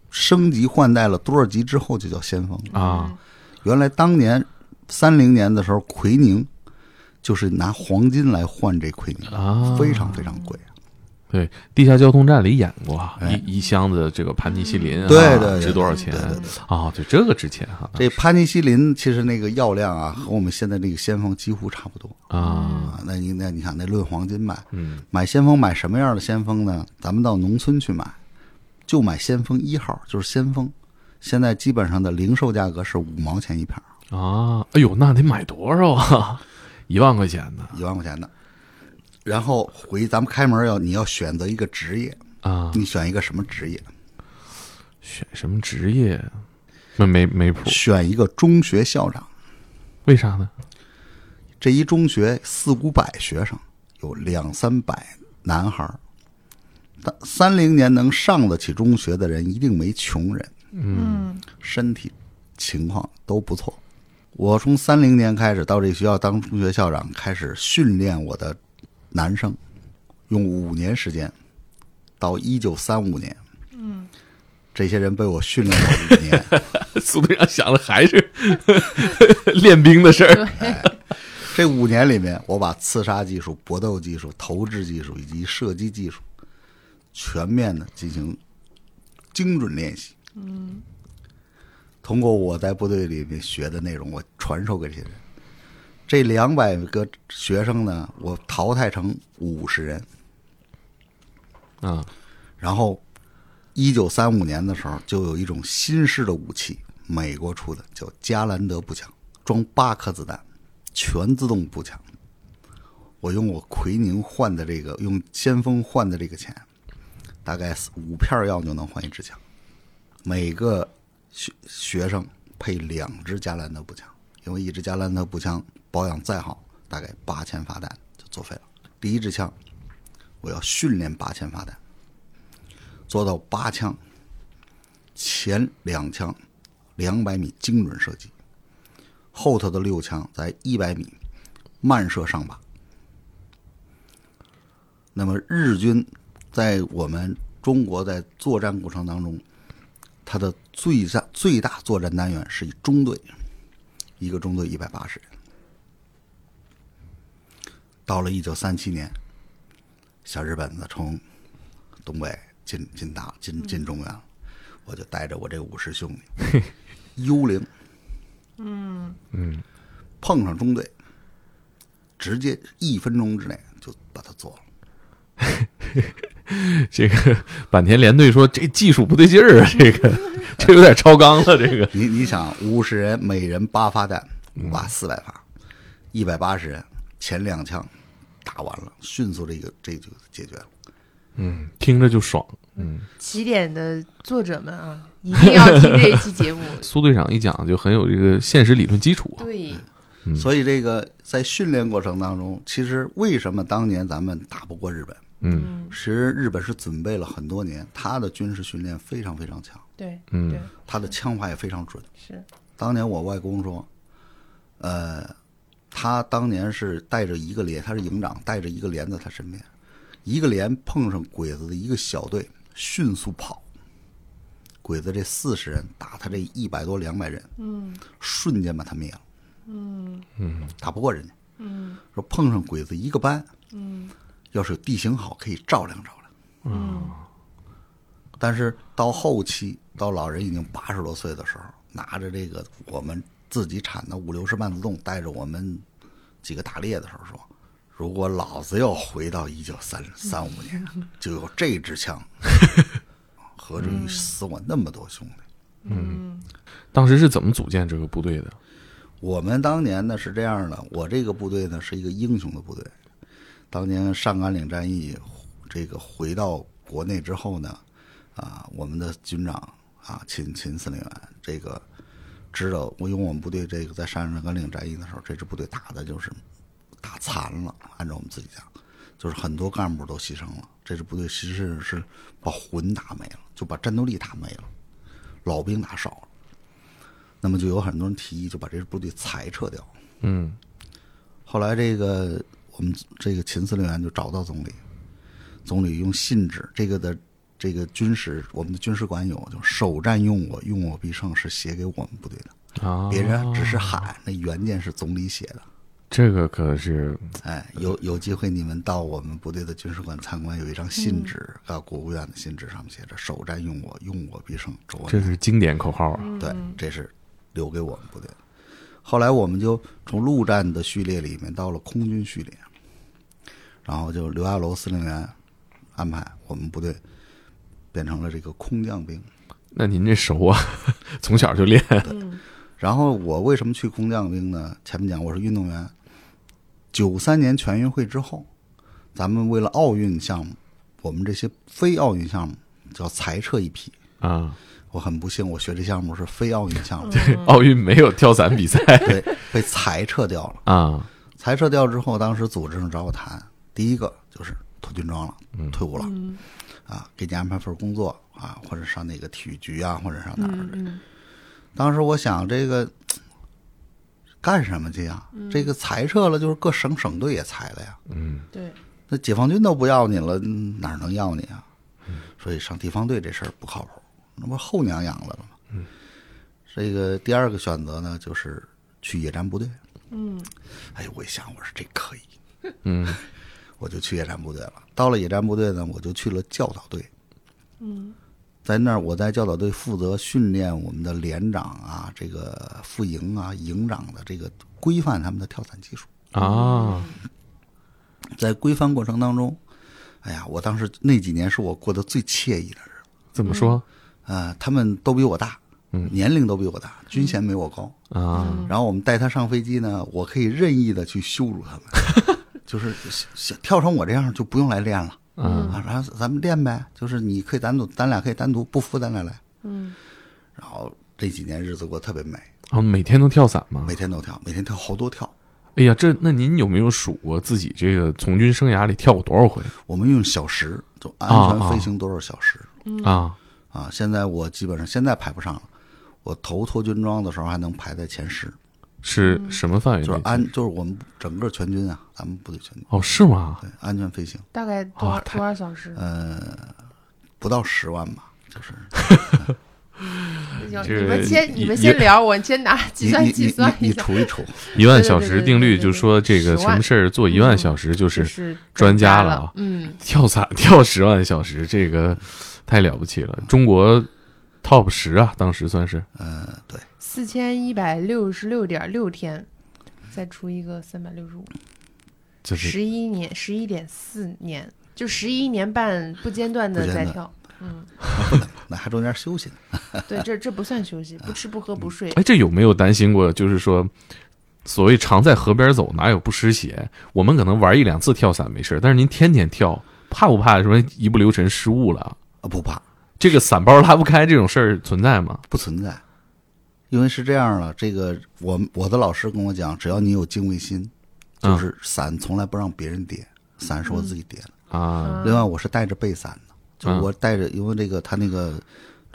[SPEAKER 2] 升级换代了多少级之后就叫先锋。
[SPEAKER 4] 啊，
[SPEAKER 2] 原来当年三零年的时候，奎宁就是拿黄金来换这奎宁，
[SPEAKER 4] 啊
[SPEAKER 2] 非常非常贵。
[SPEAKER 4] 对，地下交通站里演过啊一一箱子这个盘尼西林啊，
[SPEAKER 2] 哎嗯对对对
[SPEAKER 4] 值多少钱
[SPEAKER 2] 对对对
[SPEAKER 4] 啊？对，这个值钱哈
[SPEAKER 2] 这潘尼西林其实那个药量啊，和我们现在这个先锋几乎差不多。
[SPEAKER 4] 啊，
[SPEAKER 2] 啊，那你那你想那论黄金买，
[SPEAKER 4] 嗯，
[SPEAKER 2] 买先锋买什么样的先锋呢？咱们到农村去买，就买先锋一号，就是先锋。现在基本上的零售价格是五毛钱一瓶，
[SPEAKER 4] 啊，哎呦，那得买多少啊？一万块钱呢
[SPEAKER 2] 一万块钱的。然后回咱们开门要你要选择一个职业，
[SPEAKER 4] 啊？
[SPEAKER 2] 你选一个什么职业？
[SPEAKER 4] 选什么职业？没没没谱，
[SPEAKER 2] 选一个中学校长。
[SPEAKER 4] 为啥呢？ (laughs)
[SPEAKER 2] 这一中学四五百学生，有两三百男孩儿。但三零年能上得起中学的人，一定没穷人。
[SPEAKER 3] 嗯，
[SPEAKER 2] 身体情况都不错。我从三零年开始到这学校当中学校长，开始训练我的男生，用五年时间，到一九三五年，嗯，这些人被我训练了五年。
[SPEAKER 4] 苏队长想的还是 (laughs) 练兵的事儿
[SPEAKER 2] 这五年里面，我把刺杀技术、搏斗技术、投掷技术以及射击技术全面的进行精准练习。嗯，通过我在部队里面学的内容，我传授给这些人。这两百个学生呢，我淘汰成五十人，
[SPEAKER 4] 啊
[SPEAKER 2] 然后一九三五年的时候，就有一种新式的武器，美国出的叫加兰德步枪，装八颗子弹，全自动步枪。我用我奎宁换的这个，用先锋换的这个钱，大概四五片药就能换一支枪。每个学学生配两支加兰德步枪，因为一支加兰德步枪保养再好，大概八千发弹就作废了。第一支枪，我要训练八千发弹。做到八枪，前两枪两百米精准射击，后头的六枪在一百米慢射上靶。那么日军在我们中国在作战过程当中，它的最大最大作战单元是以中队，一个中队一百八十人。到了一九三七年，小日本子从东北进进大进进中原了，我就带着我这五十兄弟，幽灵，嗯嗯，碰上中队，直接一分钟之内就把他做了。
[SPEAKER 4] 这个坂田联队说这技术不对劲儿啊， (laughs) 这个这有点超纲了，这个
[SPEAKER 2] 你你想，五十人每人八发弹，五发四百发，一百八十人前两枪打完了，迅速这个这就解决了。
[SPEAKER 4] 嗯，听着就爽。
[SPEAKER 3] 起点的作者们啊，一定要听这一期节 (laughs) 目。
[SPEAKER 4] 苏队长一讲就很有这个现实理论基础啊，
[SPEAKER 3] 对，
[SPEAKER 2] 所以这个在训练过程当中，其实为什么当年咱们打不过日本？
[SPEAKER 4] 嗯
[SPEAKER 2] 其实日本是准备了很多年，他的军事训练非常非常强，
[SPEAKER 3] 对，
[SPEAKER 4] 嗯
[SPEAKER 3] 对，
[SPEAKER 2] 他的枪法也非常准。
[SPEAKER 4] (laughs)
[SPEAKER 3] 是，
[SPEAKER 2] 当年我外公说，呃，他当年是带着一个连，他是营长，带着一个连在他身边，一个连碰上鬼子的一个小队，迅速跑。鬼子这四十人打他这一百多两百人，嗯，瞬间把他灭了，嗯嗯，打不过人家，嗯，说碰上鬼子一个班，嗯，要是有地形好，可以照亮照亮，但是到后期，到老人已经八十多岁的时候，拿着这个我们自己产的五六式半自动，带着我们几个打猎的时候说：“如果老子要回到一九三三五年，就有这支枪，何至于死我那么多兄弟？”
[SPEAKER 4] 当时是怎么组建这个部队的？
[SPEAKER 2] 我们当年呢是这样的，我这个部队呢是一个英雄的部队。当年上甘岭战役，这个回到国内之后呢，啊，我们的军长啊，秦秦司令员，这个知道，因为我们部队这个在上甘岭战役的时候，这支部队打的就是打残了，按照我们自己讲，就是很多干部都牺牲了。这支部队其实是把魂打没了，就把战斗力打没了，老兵打少了。那么就有很多人提议就把这支部队裁撤掉。
[SPEAKER 4] 嗯
[SPEAKER 2] 后来这个我们这个秦司令员就找到总理，总理用信纸，这个的这个军史，我们的军史馆有，就首战用我，用我必胜，是写给我们部队的，
[SPEAKER 4] 啊，
[SPEAKER 2] 别人只是喊，那原件是总理写的。
[SPEAKER 4] 这个可是
[SPEAKER 2] 哎，有有机会你们到我们部队的军事馆参观，有一张信
[SPEAKER 4] 嗯
[SPEAKER 2] 纸，啊，国务院的信纸上面写着“首战用我，用我必胜”，周恩来
[SPEAKER 4] 这是经典口号啊。
[SPEAKER 2] 对，这是留给我们部队的。后来我们就从陆战的序列里面到了空军序列，然后就刘亚楼司令员安排我们部队变成了这个空降兵。
[SPEAKER 4] 那您这熟啊， (laughs) 从小就练。
[SPEAKER 3] 嗯
[SPEAKER 2] 然后我为什么去空降兵呢？前面讲我是运动员，九三年全运会之后，咱们为了奥运项目，我们这些非奥运项目就要裁撤一批。
[SPEAKER 4] 啊，
[SPEAKER 2] 我很不幸，我学这项目是非奥运项目，
[SPEAKER 4] 奥运没有跳伞比赛
[SPEAKER 2] 对，被裁撤掉了。
[SPEAKER 4] 啊，
[SPEAKER 2] 裁撤掉之后，当时组织上找我谈，第一个就是脱军装了，退伍了，
[SPEAKER 3] 嗯
[SPEAKER 2] 啊，给你安排份工作啊，或者上那个体育局啊，或者上哪
[SPEAKER 3] 嗯
[SPEAKER 2] 儿去。当时我想这个干什么去呀？这个裁撤了，就是各省省队也裁了呀。
[SPEAKER 3] 对，
[SPEAKER 2] 那解放军都不要你了，嗯哪能要你啊？所以上地方队这事儿不靠谱，那不是后娘养了吗？这个第二个选择呢，就是去野战部队。嗯，哎呦，我一想，我说这可以，
[SPEAKER 4] 嗯，
[SPEAKER 2] 我就去野战部队了。到了野战部队呢，我就去了教导队。嗯，在那儿，我在教导队负责训练我们的连长啊，这个副营啊、营长的这个规范他们的跳伞技术。
[SPEAKER 4] 啊，
[SPEAKER 2] 在规范过程当中，哎呀，我当时那几年是我过得最惬意的日子。
[SPEAKER 4] 怎么说
[SPEAKER 2] 呃，他们都比我大，年龄都比我大，军衔没我高。
[SPEAKER 4] 啊？
[SPEAKER 2] 然后我们带他上飞机呢，我可以任意的去羞辱他们，
[SPEAKER 4] (laughs)
[SPEAKER 2] 就是想跳成我这样就不用来练了。
[SPEAKER 4] 嗯
[SPEAKER 2] 啊，然后咱们练呗，就是你可以单独，咱俩可以单独，不服咱俩来。
[SPEAKER 3] 嗯，
[SPEAKER 2] 然后这几年日子过得特别美，
[SPEAKER 4] 啊，每天都跳伞吗
[SPEAKER 2] 每？天都跳，每天跳好多跳。
[SPEAKER 4] 哎呀，这那您有没有数过自己这个从军生涯里跳过多少回
[SPEAKER 2] 我们用小时，就安
[SPEAKER 4] 啊
[SPEAKER 2] 全
[SPEAKER 4] 啊
[SPEAKER 2] 飞行多少小时？
[SPEAKER 4] 啊？
[SPEAKER 2] 啊，现在我基本上现在排不上了。我头脱军装的时候还能排在前十，
[SPEAKER 4] 是什么范围
[SPEAKER 2] 就是
[SPEAKER 4] 内？
[SPEAKER 2] 安就是我们整个全军啊，咱们部队全军
[SPEAKER 4] 哦，是吗？
[SPEAKER 2] 对安全飞行，
[SPEAKER 3] 大概多
[SPEAKER 4] 哇
[SPEAKER 3] 少
[SPEAKER 4] 太
[SPEAKER 3] 多少小时？
[SPEAKER 2] 呃，不到十万吧，就是
[SPEAKER 3] 行，
[SPEAKER 4] 这个
[SPEAKER 3] 你们先
[SPEAKER 4] 一
[SPEAKER 3] 你们先聊，我先拿计
[SPEAKER 2] 你
[SPEAKER 3] 算
[SPEAKER 2] 你
[SPEAKER 3] 计
[SPEAKER 2] 你
[SPEAKER 3] 算
[SPEAKER 2] 你
[SPEAKER 3] 一
[SPEAKER 2] 你
[SPEAKER 3] 下。
[SPEAKER 2] 除一除，
[SPEAKER 4] 一万
[SPEAKER 3] 对对
[SPEAKER 4] 小
[SPEAKER 3] 对
[SPEAKER 4] 时
[SPEAKER 3] 对
[SPEAKER 4] 定律
[SPEAKER 3] 对
[SPEAKER 4] 就
[SPEAKER 3] 对
[SPEAKER 4] 说这个
[SPEAKER 3] 10
[SPEAKER 4] 什么
[SPEAKER 3] 万嗯
[SPEAKER 4] 事儿做一万小时就
[SPEAKER 3] 就是是
[SPEAKER 4] 专家了
[SPEAKER 3] 了
[SPEAKER 4] 啊
[SPEAKER 3] 嗯，
[SPEAKER 4] 跳伞跳十万小时，这个太了不起了，中国 top 十啊，当时算是
[SPEAKER 2] 呃，对，
[SPEAKER 3] 四千一百六十六点六天，再除一个三百六十五，
[SPEAKER 4] 就是
[SPEAKER 3] 十一年十一点四年，就十一年半不间断的
[SPEAKER 2] 不间
[SPEAKER 3] 在
[SPEAKER 2] 断
[SPEAKER 3] 跳。嗯，
[SPEAKER 2] 那还中间休息呢。
[SPEAKER 3] 对，这这不算休息，不吃不喝不睡。
[SPEAKER 4] 哎，这有没有担心过？就是说，所谓常在河边走，哪有不湿鞋？我们可能玩一两次跳伞没事儿，但是您天天跳，怕不怕什么一不留神失误了？
[SPEAKER 2] 啊，不怕，
[SPEAKER 4] 这个伞包拉不开这种事儿存在吗？
[SPEAKER 2] 不存在，因为是这样了。这个我我的老师跟我讲，只要你有敬畏心，
[SPEAKER 4] 嗯
[SPEAKER 2] 就是伞从来不让别人跌，伞是我自己跌的。
[SPEAKER 4] 啊，
[SPEAKER 3] 嗯
[SPEAKER 2] 另外，我是带着备伞的，就是
[SPEAKER 4] 嗯
[SPEAKER 2] 我带着，因为这个他那个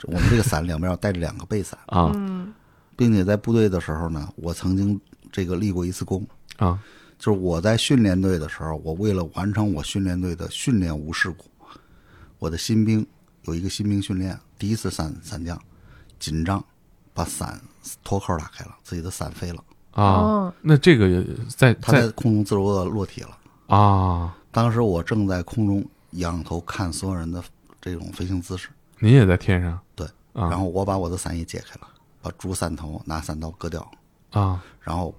[SPEAKER 2] 我们这个伞两边要带着两个备伞，
[SPEAKER 4] 啊
[SPEAKER 3] 嗯
[SPEAKER 2] 并且在部队的时候呢，我曾经这个立过一次功。
[SPEAKER 4] 啊！
[SPEAKER 2] 就是我在训练队的时候，我为了完成我训练队的训练无事故，我的新兵有一个新兵训练，第一次伞伞降，紧张，把伞脱扣打开了，自己的伞飞了，
[SPEAKER 4] (laughs) 啊
[SPEAKER 3] 哦，
[SPEAKER 4] 那这个在
[SPEAKER 2] 他在
[SPEAKER 4] 在
[SPEAKER 2] 空中自如的落体了。
[SPEAKER 4] 啊，
[SPEAKER 2] 当时我正在空中仰头看所有人的这种飞行姿势，
[SPEAKER 4] 您也在天上
[SPEAKER 2] 对，
[SPEAKER 4] 啊
[SPEAKER 2] 然后我把我的伞也解开了，把主伞头拿伞刀割掉，
[SPEAKER 4] 啊
[SPEAKER 2] 然后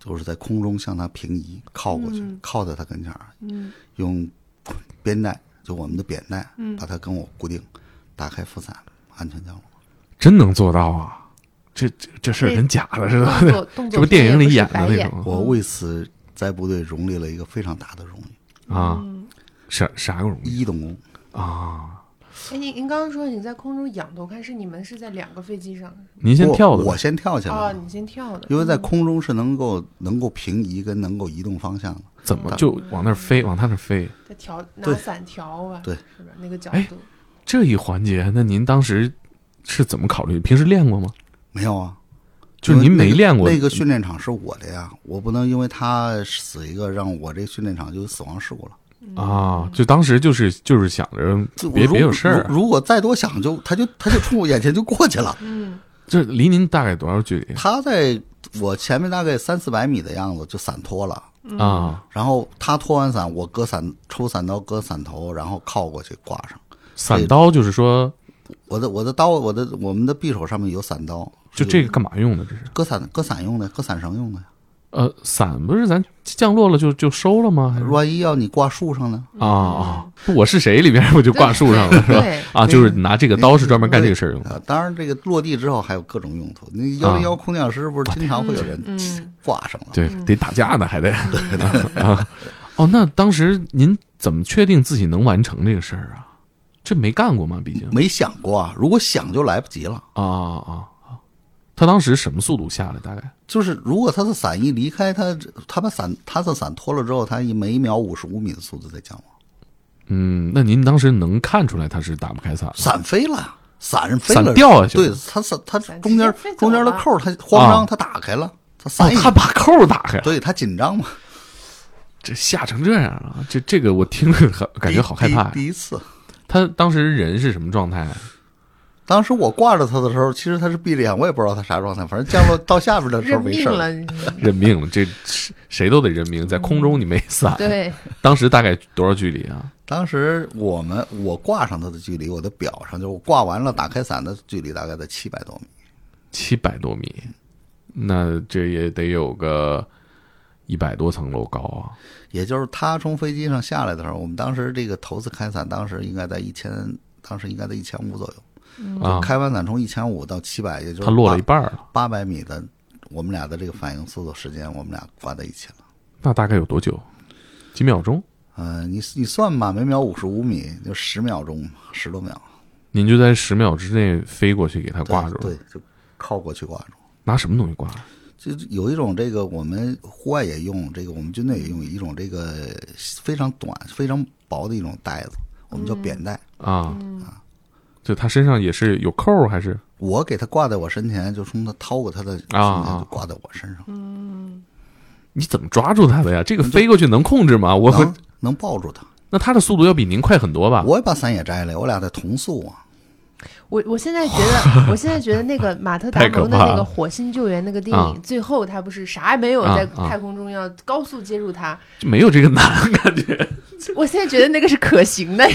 [SPEAKER 2] 就是在空中向他平移，靠过去，靠在他跟前儿，
[SPEAKER 3] 嗯
[SPEAKER 2] 用编带，就我们的扁带，把它跟我固定，打开副伞，安全降落。
[SPEAKER 4] 真能做到啊！这这这事儿跟假的似 (laughs)
[SPEAKER 3] 动
[SPEAKER 4] 的，
[SPEAKER 3] 作动
[SPEAKER 4] 这
[SPEAKER 3] 作
[SPEAKER 4] 不电
[SPEAKER 3] 片也
[SPEAKER 4] 影里
[SPEAKER 3] 是
[SPEAKER 4] 演的
[SPEAKER 3] 白
[SPEAKER 4] 那种
[SPEAKER 2] 我为此在部队荣立了一个非常大的荣誉
[SPEAKER 3] 嗯
[SPEAKER 4] 啊，啥啥容
[SPEAKER 2] ——
[SPEAKER 4] 易
[SPEAKER 2] 一等功。
[SPEAKER 4] 啊？
[SPEAKER 3] 哎，您您刚刚说你在空中仰头看，是你们是在两个飞机上
[SPEAKER 4] 您先
[SPEAKER 2] 我
[SPEAKER 4] 跳的吧
[SPEAKER 2] 我先跳起
[SPEAKER 3] 哦，
[SPEAKER 2] 来了，
[SPEAKER 3] 你先跳的，
[SPEAKER 2] 因为在空中是能够能够平移跟能够移动方向的。
[SPEAKER 4] 怎么就往那儿飞，往他那儿飞？
[SPEAKER 3] 在调拿
[SPEAKER 2] 对
[SPEAKER 3] 伞调啊，
[SPEAKER 2] 对，
[SPEAKER 3] 是吧？那个角
[SPEAKER 4] 哎
[SPEAKER 3] 度，
[SPEAKER 4] 这一环节，那您当时是怎么考虑？平时练过吗？
[SPEAKER 2] 没有啊，
[SPEAKER 4] 就是您没练过
[SPEAKER 2] 那个训练场是我的呀，我不能因为他死一个，让我这训练场就死亡事故了。
[SPEAKER 4] 啊？就当时就是就是想着
[SPEAKER 2] 就我
[SPEAKER 4] 别
[SPEAKER 2] 如
[SPEAKER 4] 别有事儿啊
[SPEAKER 2] 如。如果再多想，就他就他就冲我眼前就过去了。
[SPEAKER 3] 嗯，
[SPEAKER 4] 这离您大概多少距离啊
[SPEAKER 2] 他在我前面大概三四百米的样子就伞脱了，
[SPEAKER 3] 嗯
[SPEAKER 4] 啊？
[SPEAKER 2] 然后他脱完伞，我割伞抽伞刀割伞头，然后靠过去挂上。
[SPEAKER 4] 伞刀就是说，
[SPEAKER 2] 我的我的刀，我的我们的匕首上面有伞刀，
[SPEAKER 4] 就这个干嘛用的？这是
[SPEAKER 2] 割伞割伞用的，割伞绳用的呀。
[SPEAKER 4] 呃，伞不是咱降落了就就收了吗？还是
[SPEAKER 2] 万一要你挂树上呢？
[SPEAKER 4] 啊啊！我是谁里边不就挂树上了是吧？
[SPEAKER 3] 对，
[SPEAKER 4] 啊，就是拿这个刀是专门干这个事儿用的
[SPEAKER 2] 啊，当然这个落地之后还有各种用途。那幺
[SPEAKER 4] 啊
[SPEAKER 2] 零幺空降师不是经常会有人
[SPEAKER 3] 嗯，
[SPEAKER 2] 挂上了？
[SPEAKER 4] 对，得打架呢，还得 (laughs) 啊。哦，那当时您怎么确定自己能完成这个事儿啊？这没干过吗？毕竟
[SPEAKER 2] 没想过啊，如果想就来不及了。
[SPEAKER 4] 啊啊啊！他当时什么速度下来？大概
[SPEAKER 2] 就是如果他的伞一离开他，他把伞他的伞脱了之后，他以每秒五十五米的速度在降落。
[SPEAKER 4] 嗯，那您当时能看出来他是打不开伞吗
[SPEAKER 2] 伞飞了，伞飞了，
[SPEAKER 4] 伞掉下去了
[SPEAKER 2] 对，它伞它
[SPEAKER 3] 伞
[SPEAKER 2] 中间
[SPEAKER 3] 直接飞走
[SPEAKER 2] 中间的
[SPEAKER 3] 了
[SPEAKER 2] 扣儿它慌
[SPEAKER 4] 啊
[SPEAKER 2] 张，它打开了，它
[SPEAKER 4] 哦
[SPEAKER 2] 伞，
[SPEAKER 3] 哎
[SPEAKER 4] 他把扣儿打开了，
[SPEAKER 2] 对它紧张嘛，
[SPEAKER 4] 这吓成这样啊！这这个我听着很感觉好害怕呀
[SPEAKER 2] 第。第第一次，
[SPEAKER 4] 他当时人是什么状态？啊
[SPEAKER 2] 当时我挂着它的时候，其实它是闭着眼，我也不知道它啥状态，反正降落到下边的时候
[SPEAKER 3] 认
[SPEAKER 2] 没
[SPEAKER 3] 命
[SPEAKER 2] 事儿。
[SPEAKER 3] 了，你
[SPEAKER 4] 认命了，这谁谁都得认命。在空中你没伞，
[SPEAKER 3] 对，
[SPEAKER 4] 当时大概多少距离啊？
[SPEAKER 2] 当时我们我挂上它的距离，我的表上就是我挂完了打开伞的距离大概在七百多米，
[SPEAKER 4] 七百多米，那这也得有个一百多层楼高啊！
[SPEAKER 2] 也就是它从飞机上下来的时候，我们当时这个头次开伞，当时应该在一千，当时应该在一千五左右，
[SPEAKER 4] 啊，
[SPEAKER 2] 开完伞从一千五到七百，也就是
[SPEAKER 4] 它落
[SPEAKER 2] 八
[SPEAKER 4] 了一半了，
[SPEAKER 2] 八百米的，我们俩的这个反应速度时间，我们俩挂在一起了。
[SPEAKER 4] 那大概有多久？几秒钟？
[SPEAKER 2] 嗯、你你算吧，每秒五十五米，就十秒钟，十多秒，
[SPEAKER 4] 您就在十秒之内飞过去给它
[SPEAKER 2] 对
[SPEAKER 4] 挂住了，
[SPEAKER 2] 对，就靠过去挂住。
[SPEAKER 4] 拿什么东西挂？
[SPEAKER 2] 就有一种这个我们户外也用，这个我们军队也用一种这个非常短、非常薄的一种带子，我们叫扁带。
[SPEAKER 4] 啊，就他身上也是有扣儿还是
[SPEAKER 2] 我给它挂在我身前，就从它掏过它的瞬
[SPEAKER 4] 啊
[SPEAKER 2] 间就挂在我身上，
[SPEAKER 4] 你怎么抓住他的呀？这个飞过去能控制吗？我会啊
[SPEAKER 2] 能能抱住它，
[SPEAKER 4] 那他的速度要比您快很多吧？
[SPEAKER 2] 我也把伞也摘了，我俩在同宿啊。
[SPEAKER 3] 我我现在觉得，我现在觉得那个马特·达
[SPEAKER 4] 太可
[SPEAKER 3] 蒙的
[SPEAKER 4] 怕
[SPEAKER 3] 那个
[SPEAKER 4] 了
[SPEAKER 3] 《火星救援》那个电
[SPEAKER 4] 啊
[SPEAKER 3] 影，最后他不是啥也没有，
[SPEAKER 4] 啊
[SPEAKER 3] 在
[SPEAKER 4] 啊
[SPEAKER 3] 太空中要高速接住他。
[SPEAKER 4] 就没有这个难，感觉
[SPEAKER 3] 我现在觉得那个是可行的，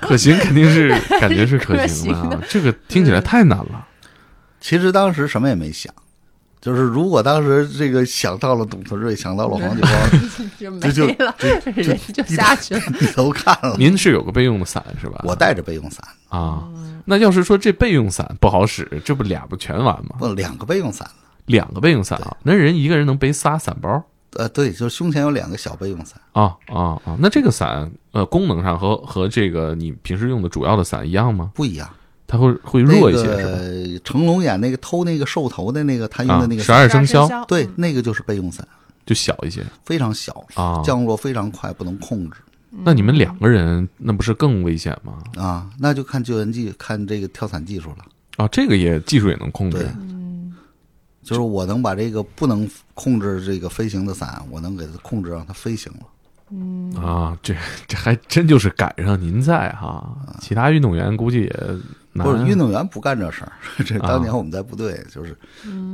[SPEAKER 4] 可 (laughs) 行肯定是感觉是可行
[SPEAKER 3] 可行
[SPEAKER 4] 的啊
[SPEAKER 3] 的，
[SPEAKER 4] 这个听起来太难了。
[SPEAKER 2] 其实当时什么也没想，就是如果当时这个想到了董存瑞，想到了黄继光， (laughs)
[SPEAKER 3] 就没
[SPEAKER 2] 这就
[SPEAKER 3] 了， (laughs) 人就下去了。
[SPEAKER 2] 低头看了。
[SPEAKER 4] 您是有个备用的伞是吧？
[SPEAKER 2] 我带着备用伞，
[SPEAKER 4] 啊，那要是说这备用伞不好使，这不俩不全完吗？
[SPEAKER 2] 不两个备用伞。
[SPEAKER 4] 两个备用伞啊，那人一个人能背仨伞包
[SPEAKER 2] 呃，对，就是胸前有两个小备用伞，
[SPEAKER 4] 啊啊啊！那这个伞呃，功能上和和这个你平时用的主要的伞一样吗？
[SPEAKER 2] 不一样。
[SPEAKER 4] 它会会弱一些
[SPEAKER 2] 那
[SPEAKER 4] 是吧？
[SPEAKER 2] 个成龙演那个偷那个兽头的那个，他用
[SPEAKER 4] 啊
[SPEAKER 2] 的那，个
[SPEAKER 4] 十
[SPEAKER 2] 伞，
[SPEAKER 4] 二生肖
[SPEAKER 2] 对，那个就是备用伞，
[SPEAKER 4] 就小一些
[SPEAKER 2] 非常小，
[SPEAKER 4] 啊。
[SPEAKER 2] 降落非常快，不能控制
[SPEAKER 4] 那你们两个人那不是更危险吗？
[SPEAKER 2] 啊。那就看救援技，看这个跳伞技术了。
[SPEAKER 4] 啊，这个也技术也能控制
[SPEAKER 2] 对，
[SPEAKER 3] 嗯
[SPEAKER 2] 就是我能把这个不能控制这个飞行的伞，我能给它控制让它飞行了。嗯
[SPEAKER 4] 啊，这这还真就是赶上您在哈、其他运动员估计也难
[SPEAKER 2] 啊不是运动员不干这事儿， (laughs) 这
[SPEAKER 4] 啊
[SPEAKER 2] 当年我们在部队就是，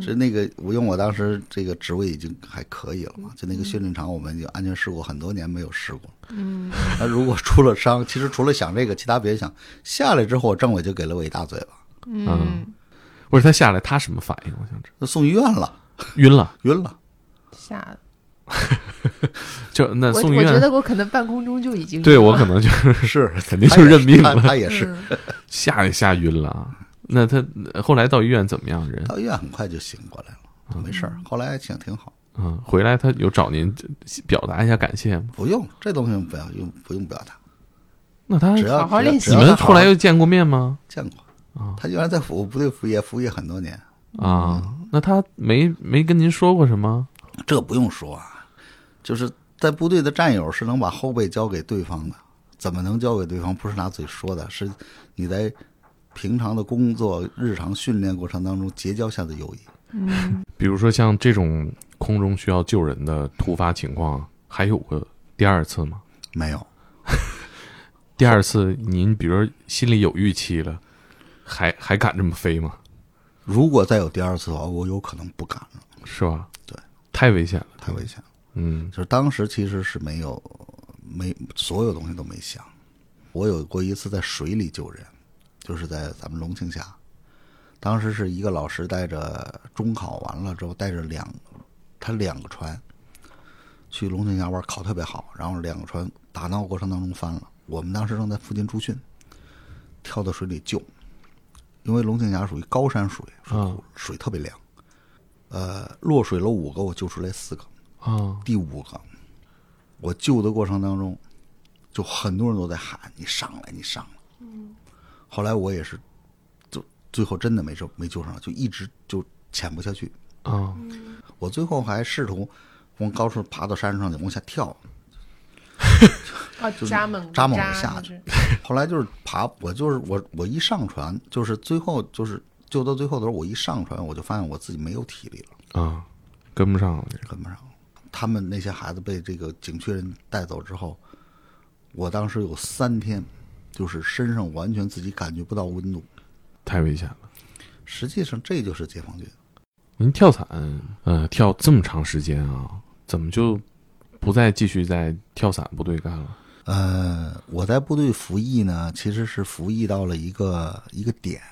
[SPEAKER 2] 是那个我用我当时这个职位已经还可以了嘛，就那个训练场我们有安全事故很多年没有事故，嗯， (laughs) 那如果出了伤，其实除了想这个，其他别想。下来之后，政委就给了我一大嘴巴，
[SPEAKER 4] 嗯，不是他下来他什么反应？我想知
[SPEAKER 2] 就送医院了，
[SPEAKER 4] 道，晕了，
[SPEAKER 2] 晕了。
[SPEAKER 3] 下，
[SPEAKER 4] 就那
[SPEAKER 3] 我
[SPEAKER 4] 送医
[SPEAKER 3] 我觉
[SPEAKER 4] 院，
[SPEAKER 3] 得我可能半空中就已经
[SPEAKER 4] 对我可能就是
[SPEAKER 2] 是，哎
[SPEAKER 4] 肯定 (laughs) 就认命
[SPEAKER 2] 他也是他
[SPEAKER 4] 了，
[SPEAKER 2] 他也
[SPEAKER 3] 嗯
[SPEAKER 2] 是
[SPEAKER 4] 吓也吓晕了。啊那他后来到医院怎么样？人
[SPEAKER 2] 到医院很快就醒过来了，就没事儿。后来挺挺好，
[SPEAKER 4] 嗯，回来他有找您表达一下感谢吗？
[SPEAKER 2] 不用这东西不要用，不用表达，
[SPEAKER 4] 那他
[SPEAKER 2] 只要
[SPEAKER 3] 嗯好好
[SPEAKER 2] 只要
[SPEAKER 3] 练
[SPEAKER 2] 只
[SPEAKER 3] 习
[SPEAKER 4] 你
[SPEAKER 2] 要
[SPEAKER 4] 们
[SPEAKER 2] 他好
[SPEAKER 4] 后来又啊见过面吗？
[SPEAKER 2] 见过。他原来在服务部队服役，服役很多年，
[SPEAKER 4] 啊，那他没没跟您说过什么？
[SPEAKER 2] 这不用说啊，就是在部队的战友是能把后背交给对方的，怎么能交给对方？不是拿嘴说的，是你在平常的工作、日常训练过程当中结交下的友谊。
[SPEAKER 4] 比如说像这种空中需要救人的突发情况，还有过第二次吗？
[SPEAKER 2] 没有，
[SPEAKER 4] 第二次您比如说心里有预期了，还还敢这么飞吗？
[SPEAKER 2] 如果再有第二次的话，我有可能不敢了，
[SPEAKER 4] 是吧？
[SPEAKER 2] 对，
[SPEAKER 4] 太危险了。
[SPEAKER 2] 太危险了。
[SPEAKER 4] 嗯
[SPEAKER 2] 就是当时其实是没有，没所有东西都没想。我有过一次在水里救人，就是在咱们龙庆峡，当时是一个老师带着中考完了之后，带着两他两个船去龙庆峡玩，考特别好，然后两个船打闹过程当中翻了，我们当时正在附近驻训，跳到水里救，因为龙庆峡属于高山水，水库水特别凉，呃，落水了五个，我救出来四个。
[SPEAKER 4] 啊
[SPEAKER 2] 第五个，我救的过程当中，就很多人都在喊你上来，你上来。后来我也是，就最后真的没救，没救上来，就一直就潜不下去。
[SPEAKER 4] 啊！
[SPEAKER 2] 我最后还试图往高处爬到山上去，往下跳。
[SPEAKER 3] 啊，扎猛
[SPEAKER 2] 扎猛
[SPEAKER 3] 扎
[SPEAKER 2] 下
[SPEAKER 3] 就是
[SPEAKER 2] 后来就是爬，我就是我，我一上船，就是最后就是救到最后的时候，我一上船，我就发现我自己没有体力了，
[SPEAKER 4] 啊，跟不上了。
[SPEAKER 2] 跟不上了。他们那些孩子被这个景区人带走之后，我当时有三天，就是身上完全自己感觉不到温度。
[SPEAKER 4] 太危险了。
[SPEAKER 2] 实际上，这就是解放军。
[SPEAKER 4] 您跳伞，呃，跳这么长时间啊，怎么就不再继续在跳伞部队干了？
[SPEAKER 2] 呃，我在部队服役呢，其实是服役到了一个一个点，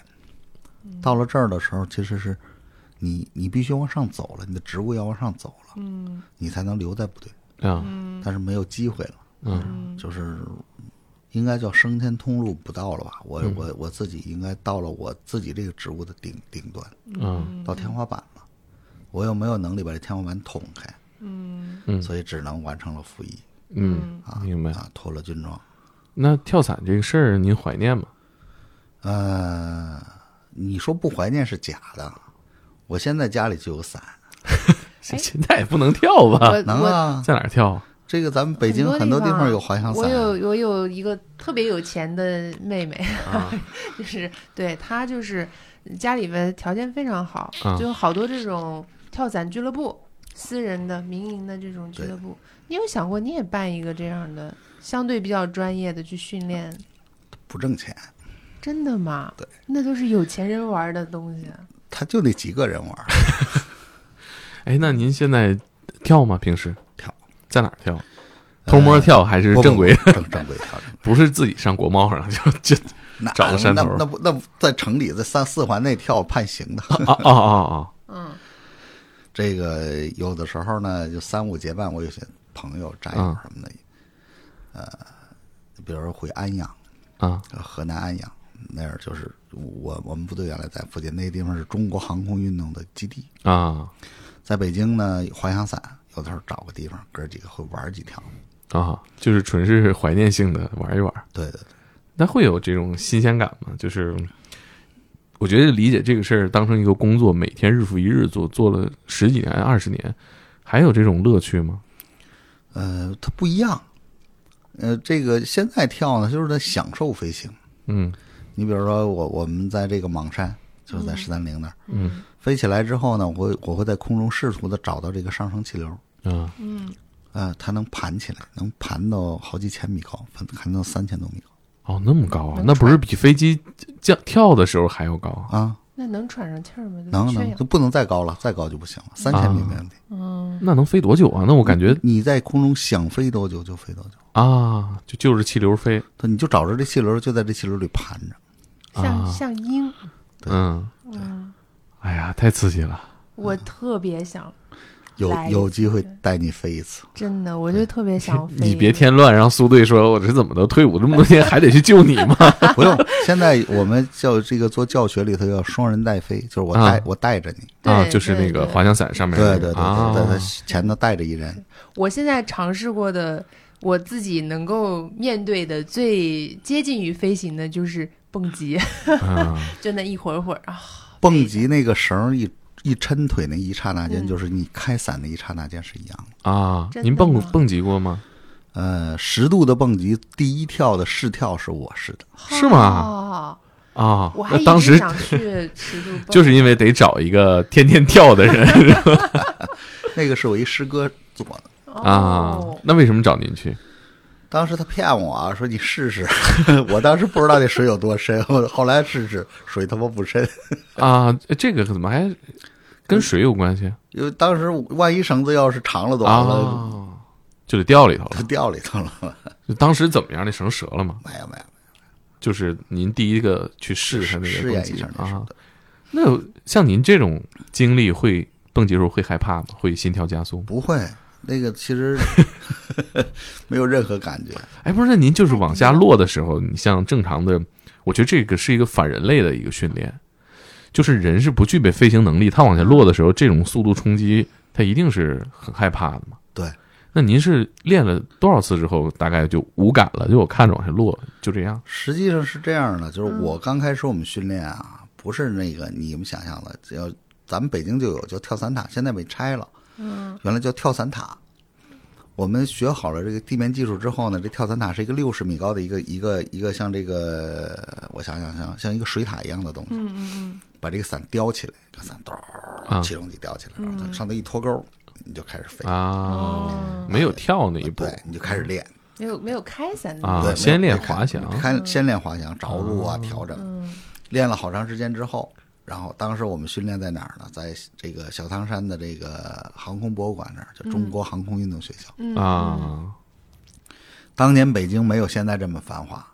[SPEAKER 2] 到了这儿的时候，其实是你你必须往上走了，你的职务要往上走了，嗯，你才能留在部队，
[SPEAKER 4] 啊，
[SPEAKER 2] 但是没有机会了，
[SPEAKER 4] 嗯，
[SPEAKER 2] 就是应该叫升天通路不到了吧？我、
[SPEAKER 4] 嗯
[SPEAKER 2] 我我自己应该到了我自己这个职务的顶顶端，
[SPEAKER 4] 嗯，
[SPEAKER 2] 到天花板了，我又没有能力把这天花板捅开，
[SPEAKER 4] 嗯
[SPEAKER 2] 所以只能完成了服役
[SPEAKER 4] 嗯，明白。
[SPEAKER 2] 啊，脱了军装。
[SPEAKER 4] 那跳伞这个事儿，您怀念吗？
[SPEAKER 2] 呃，你说不怀念是假的，我现在家里就有伞，
[SPEAKER 4] (laughs) 现现在也不能跳吧？
[SPEAKER 3] 我
[SPEAKER 2] 能
[SPEAKER 3] 我
[SPEAKER 2] 啊。
[SPEAKER 4] 在哪儿跳啊？
[SPEAKER 2] 这个咱们北京很
[SPEAKER 3] 很
[SPEAKER 2] 多
[SPEAKER 3] 多
[SPEAKER 2] 地
[SPEAKER 3] 方
[SPEAKER 2] 方有滑翔伞
[SPEAKER 3] 我，有我有一个特别有钱的妹妹，
[SPEAKER 4] 啊
[SPEAKER 3] (laughs) 就是对她就是家里面条件非常好，
[SPEAKER 4] 啊
[SPEAKER 3] 就有好多这种跳伞俱乐部。私人的、民营的这种俱乐部，你有想过你也办一个这样的相对比较专业的去训练？
[SPEAKER 2] 不挣钱，
[SPEAKER 3] 真的吗？
[SPEAKER 2] 对，
[SPEAKER 3] 那都是有钱人玩的东西。啊
[SPEAKER 2] 他就那几个人玩儿，
[SPEAKER 4] 哎，那您现在跳吗？平时
[SPEAKER 2] 跳，
[SPEAKER 4] 在哪儿跳？偷摸跳还是
[SPEAKER 2] 不
[SPEAKER 4] 正规？
[SPEAKER 2] 不不正正规跳正规。
[SPEAKER 4] 不是自己上国贸上就就
[SPEAKER 2] 那
[SPEAKER 4] 找个山头
[SPEAKER 2] 那那不那不在城里在三四环内跳判刑的。 (laughs)
[SPEAKER 4] 啊啊啊啊！
[SPEAKER 3] 嗯，
[SPEAKER 2] 这个有的时候呢，就三五结伴，我有些朋友战友
[SPEAKER 4] 嗯
[SPEAKER 2] 什么的，呃，比如回安阳，
[SPEAKER 4] 啊
[SPEAKER 2] 呃河南安阳那儿，就是我我们部队原来在附近，那地方是中国航空运动的基地。
[SPEAKER 4] 啊
[SPEAKER 2] 在北京呢，滑翔伞，有的时候找个地方，哥几个会玩几条。
[SPEAKER 4] 啊！就是纯是怀念性的玩一玩，
[SPEAKER 2] 对对对，
[SPEAKER 4] 那会有这种新鲜感吗？就是我觉得理解这个事儿当成一个工作，每天日复一日做，做了十几年、二十年，还有这种乐趣吗？
[SPEAKER 2] 呃，它不一样。呃，这个现在跳呢，就是在享受飞行。
[SPEAKER 4] 嗯
[SPEAKER 2] 你比如说我，我们在这个莽山，就是在十三陵那儿、
[SPEAKER 4] 嗯
[SPEAKER 2] 飞起来之后呢，我会我会在空中试图的找到这个上升气流，
[SPEAKER 4] 啊
[SPEAKER 2] 呃，它能盘起来，能盘到好几千米高，盘盘到三千多米高
[SPEAKER 4] 哦，那么高啊
[SPEAKER 3] 能！
[SPEAKER 4] 那不是比飞机降跳的时候还要高啊？
[SPEAKER 2] 啊，
[SPEAKER 3] 那能喘上气儿吗？
[SPEAKER 2] 能
[SPEAKER 3] 缺
[SPEAKER 2] 能
[SPEAKER 3] 氧
[SPEAKER 2] 就不能再高了，再高就不行了，三千米
[SPEAKER 4] 啊
[SPEAKER 2] 没问题。
[SPEAKER 3] 嗯，
[SPEAKER 4] 那能飞多久啊？那我感觉
[SPEAKER 2] 你在空中想飞多久就飞多久，
[SPEAKER 3] 嗯
[SPEAKER 4] 啊，就就是气流飞，
[SPEAKER 2] 对你就找着这气流，就在这气流里盘着。
[SPEAKER 3] 像、
[SPEAKER 4] 啊
[SPEAKER 3] 像鹰，
[SPEAKER 2] 对
[SPEAKER 4] 嗯，
[SPEAKER 3] 嗯，
[SPEAKER 4] 哎呀，太刺激了！
[SPEAKER 3] 我特别想，
[SPEAKER 2] 有
[SPEAKER 3] 来一
[SPEAKER 2] 有机会
[SPEAKER 3] 次
[SPEAKER 2] 带你飞一次，
[SPEAKER 3] 真的，我就特别想哦飞。
[SPEAKER 4] (laughs) 你别添乱，让苏队说我这怎么都退伍这么多天还得去救你吗？
[SPEAKER 2] 不用。现在我们叫这个做教学里头叫双人带飞，就是我带、
[SPEAKER 4] 啊
[SPEAKER 2] 我带着你，
[SPEAKER 3] (laughs) 对
[SPEAKER 4] 啊，就是那
[SPEAKER 3] 对
[SPEAKER 4] 个
[SPEAKER 3] 对
[SPEAKER 4] 滑翔伞上面
[SPEAKER 2] 对
[SPEAKER 4] 那个，
[SPEAKER 2] 对对
[SPEAKER 4] 啊
[SPEAKER 2] 对，在他前头带着一人，
[SPEAKER 3] 我现在尝试过的，我自己能够面对的最接近于飞行的就是蹦极， (laughs)
[SPEAKER 4] 啊
[SPEAKER 3] 就那一会儿会儿啊，
[SPEAKER 2] 蹦极那个绳儿一一抻腿那一刹那间，
[SPEAKER 3] 嗯
[SPEAKER 2] 就是你开伞那一刹那间是一样的。
[SPEAKER 3] (laughs)
[SPEAKER 4] 啊！
[SPEAKER 3] 真
[SPEAKER 4] 您
[SPEAKER 3] 的
[SPEAKER 4] 蹦
[SPEAKER 3] 吗
[SPEAKER 4] 蹦极过吗？
[SPEAKER 2] 呃，十度的蹦极，第一跳的试跳是我试的，
[SPEAKER 4] 是吗？
[SPEAKER 3] 哦
[SPEAKER 4] 啊
[SPEAKER 3] 我还，一
[SPEAKER 4] 当
[SPEAKER 3] 直
[SPEAKER 4] 时
[SPEAKER 3] 想去尺度
[SPEAKER 4] (laughs)
[SPEAKER 3] 蹦，
[SPEAKER 4] 就是因为得找一个天天跳的人
[SPEAKER 2] 那个是我一师哥做的。
[SPEAKER 4] 啊
[SPEAKER 3] 哦。
[SPEAKER 4] 那为什么找您去？
[SPEAKER 2] 当时他骗我啊，说你试试， (laughs) 我当时不知道那水有多深，我后来试试，水他妈不深，
[SPEAKER 4] 啊，这个怎么还跟水有关系
[SPEAKER 2] 因为当时万一绳子要是长了多完了， (laughs)
[SPEAKER 4] 啊？就得掉里头
[SPEAKER 2] 就
[SPEAKER 4] 了。
[SPEAKER 2] 掉里头了。
[SPEAKER 4] 就当时怎么样？那绳折了吗？
[SPEAKER 2] 没有没有，
[SPEAKER 4] 就是您第一个去试他那个
[SPEAKER 2] 试
[SPEAKER 4] 蹦
[SPEAKER 2] 验一
[SPEAKER 4] 极
[SPEAKER 2] 下那是
[SPEAKER 4] 啊。
[SPEAKER 2] 的。
[SPEAKER 4] 那像您这种经历会。蹦极时候会害怕吗？会心跳加速吗？
[SPEAKER 2] 不会，那个其实 (laughs) 没有任何感觉。
[SPEAKER 4] 哎，不是，那您就是往下落的时候，你像正常的，我觉得这个是一个反人类的一个训练，就是人是不具备飞行能力，他往下落的时候，这种速度冲击，他一定是很害怕的嘛。
[SPEAKER 2] 对，
[SPEAKER 4] 那您是练了多少次之后，大概就无感了，就我看着往下落，就这样
[SPEAKER 2] 实际上是这样的，就是我刚开始我们训练啊，不是那个你们想象的，只要咱们北京就有叫跳伞塔，现在被拆了，嗯，原来叫跳伞塔。我们学好了这个地面技术之后呢，这跳伞塔是一个六十米高的一个一个一个像这个，我想想像像一个水塔一样的东西，嗯嗯嗯，把这个伞吊起来，这个伞哆
[SPEAKER 4] 啊
[SPEAKER 2] 起重机吊起来，然后它上头一脱钩，你就开始飞，
[SPEAKER 4] 啊，没有跳那一步
[SPEAKER 2] 对，你就开始练，
[SPEAKER 3] 没有没有开伞的
[SPEAKER 4] 啊
[SPEAKER 2] 对，
[SPEAKER 4] 先
[SPEAKER 2] 没有
[SPEAKER 4] 练滑翔哦
[SPEAKER 2] 开先练滑翔，着陆啊，调整，练了好长时间之后，然后当时我们训练在哪儿呢？在这个小汤山的这个航空博物馆那儿，叫中国航空运动学校。
[SPEAKER 4] 啊
[SPEAKER 2] 当年北京没有现在这么繁华，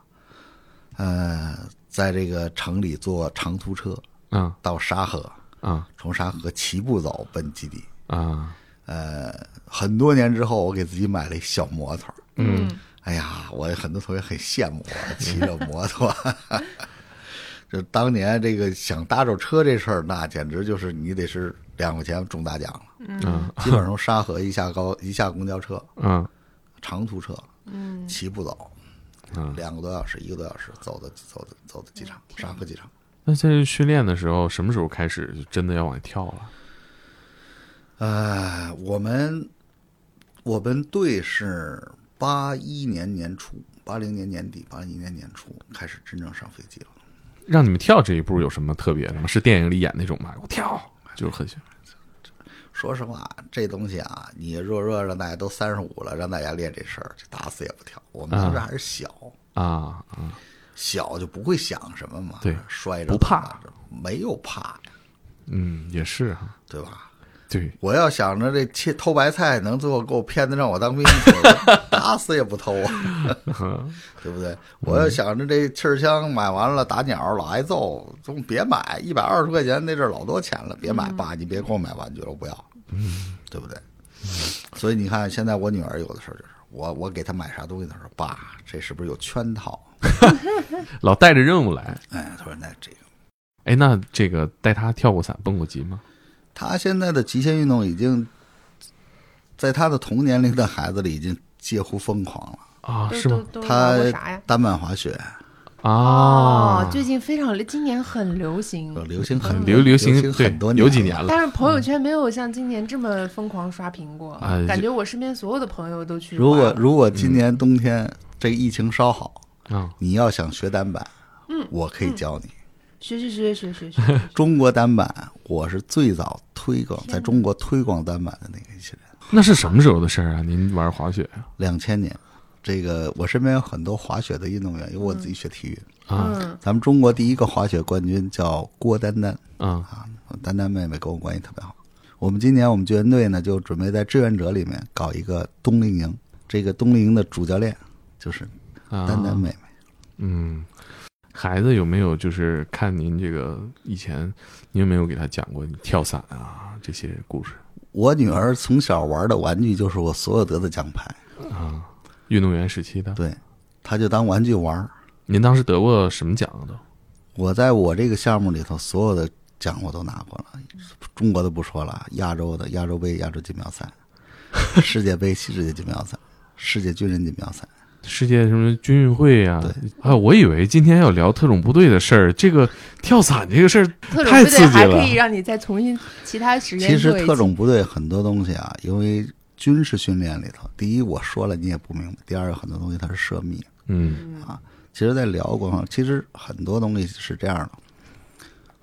[SPEAKER 2] 呃，在这个城里坐长途车
[SPEAKER 4] 啊
[SPEAKER 2] 到沙河，
[SPEAKER 4] 啊
[SPEAKER 2] 从沙河齐步走奔基地。
[SPEAKER 4] 啊！
[SPEAKER 2] 呃，很多年之后，我给自己买了一小摩托。
[SPEAKER 3] 嗯，
[SPEAKER 2] 哎呀，我很多同学很羡慕我骑着摩托。 (laughs) 就当年这个想搭着车这事儿，那简直就是你得是两块钱中大奖了。
[SPEAKER 4] 嗯
[SPEAKER 2] 基本上从沙河一下高 (laughs) 一下公交车，
[SPEAKER 4] 嗯
[SPEAKER 2] 长途车，嗯，骑步走，
[SPEAKER 4] 嗯
[SPEAKER 2] 两个多小时，一个多小时，走的走的走的机场，沙河机场。
[SPEAKER 4] 那在训练的时候，什么时候开始就真的要往下跳了？
[SPEAKER 2] 呃，我们我们队是八一年年初，八零年年底，八一年年初开始真正上飞机了。
[SPEAKER 4] 让你们跳这一步有什么特别的吗？是电影里演那种吗？我跳，就是很
[SPEAKER 2] 说实话，这东西啊，你若若让大家都三十五了，让大家练这事儿，这打死也不跳。我们当时还是小，
[SPEAKER 4] 啊啊，
[SPEAKER 2] 小就不会想什么嘛，
[SPEAKER 4] 对
[SPEAKER 2] 摔着
[SPEAKER 4] 不怕
[SPEAKER 2] 怎么着，没有怕，
[SPEAKER 4] 嗯，也是哈，
[SPEAKER 2] 对吧？
[SPEAKER 4] 对，
[SPEAKER 2] 我要想着这切偷白菜能最后给我骗的让我当兵 (laughs) 去，我打死也不偷啊，对不对？我要想着这气儿枪买完了打鸟老挨揍，总别买，一百二十块钱那阵儿老多钱了，别买，爸，你别给我买玩具了，我不要，对不对？所以你看，现在我女儿有的时候就是，我我给她买啥东西，她说爸，这是不是有圈套？
[SPEAKER 4] 老带着任务来。
[SPEAKER 2] 哎，她说那这个。
[SPEAKER 4] 哎，那这个带他跳过伞、蹦过极吗？
[SPEAKER 2] 他现在的极限运动已经在他的同年龄的孩子里已经介乎疯狂了。
[SPEAKER 4] 啊，
[SPEAKER 3] 都
[SPEAKER 4] 是
[SPEAKER 3] 都
[SPEAKER 4] 吗？
[SPEAKER 3] 都
[SPEAKER 2] 他
[SPEAKER 3] 玩过啥呀？
[SPEAKER 2] 单板滑雪
[SPEAKER 4] 啊
[SPEAKER 3] 哦，，最近非常，今年很流行，
[SPEAKER 2] 流行很
[SPEAKER 3] 很
[SPEAKER 4] 嗯流流行
[SPEAKER 2] 行
[SPEAKER 4] 对
[SPEAKER 2] 很多，年，
[SPEAKER 4] 有几年。了。
[SPEAKER 3] 但是朋友圈没有像今年这么疯狂刷屏过，
[SPEAKER 4] 嗯哎
[SPEAKER 3] 感
[SPEAKER 4] 就
[SPEAKER 3] 觉我身边所有的朋友都去玩
[SPEAKER 2] 如
[SPEAKER 3] 了。
[SPEAKER 2] 果如果今年冬天这个疫情稍好，
[SPEAKER 4] 啊，
[SPEAKER 2] 你要想学单板，嗯，我可以教你。
[SPEAKER 3] 学学学学学学学，
[SPEAKER 2] 中国单板，我是最早推广在中国推广单板的那个一些人。
[SPEAKER 4] 那是什么时候的事儿啊？您玩滑雪啊？
[SPEAKER 2] 两千年，这个我身边有很多滑雪的运动员，有我自己学体育。
[SPEAKER 4] (laughs) 啊
[SPEAKER 3] 嗯，
[SPEAKER 2] 咱们中国第一个滑雪冠军叫郭丹丹，
[SPEAKER 4] 啊
[SPEAKER 2] 啊，我丹丹妹妹跟我关系特别好。我们今年我们救援队呢，就准备在志愿者里面搞一个冬令营。这个冬令营的主教练就是
[SPEAKER 4] 啊！
[SPEAKER 2] 丹丹妹妹。
[SPEAKER 4] 嗯，孩子有没有就是看您这个以前，您有没有给他讲过你跳伞啊这些故事
[SPEAKER 2] 我女儿从小玩的玩具就是我所有得的奖牌，
[SPEAKER 4] 啊？运动员时期的，
[SPEAKER 2] 对，她就当玩具玩儿。
[SPEAKER 4] 您当时得过什么奖啊？都
[SPEAKER 2] 我在我这个项目里头，所有的奖我都拿过了，中国的不说了，亚洲的亚洲杯、亚洲锦标赛、世界杯、世界锦标赛、世界军人锦标赛。
[SPEAKER 4] 世界什么军运会啊
[SPEAKER 2] 对？
[SPEAKER 4] 啊，我以为今天要聊特种部队的事儿，这个跳伞这个事儿
[SPEAKER 3] 特种
[SPEAKER 4] 太
[SPEAKER 3] 部队
[SPEAKER 4] 刺激
[SPEAKER 3] 还可以
[SPEAKER 4] 了。
[SPEAKER 3] 让你再重新其他时间
[SPEAKER 2] 其实
[SPEAKER 3] 做一
[SPEAKER 2] 特
[SPEAKER 3] 次
[SPEAKER 2] 种部队很多东西啊，因为军事训练里头，第一我说了你也不明白，第二有很多东西它是涉密。
[SPEAKER 4] 嗯
[SPEAKER 2] 其实，在辽国哈，其实很多东西是这样的。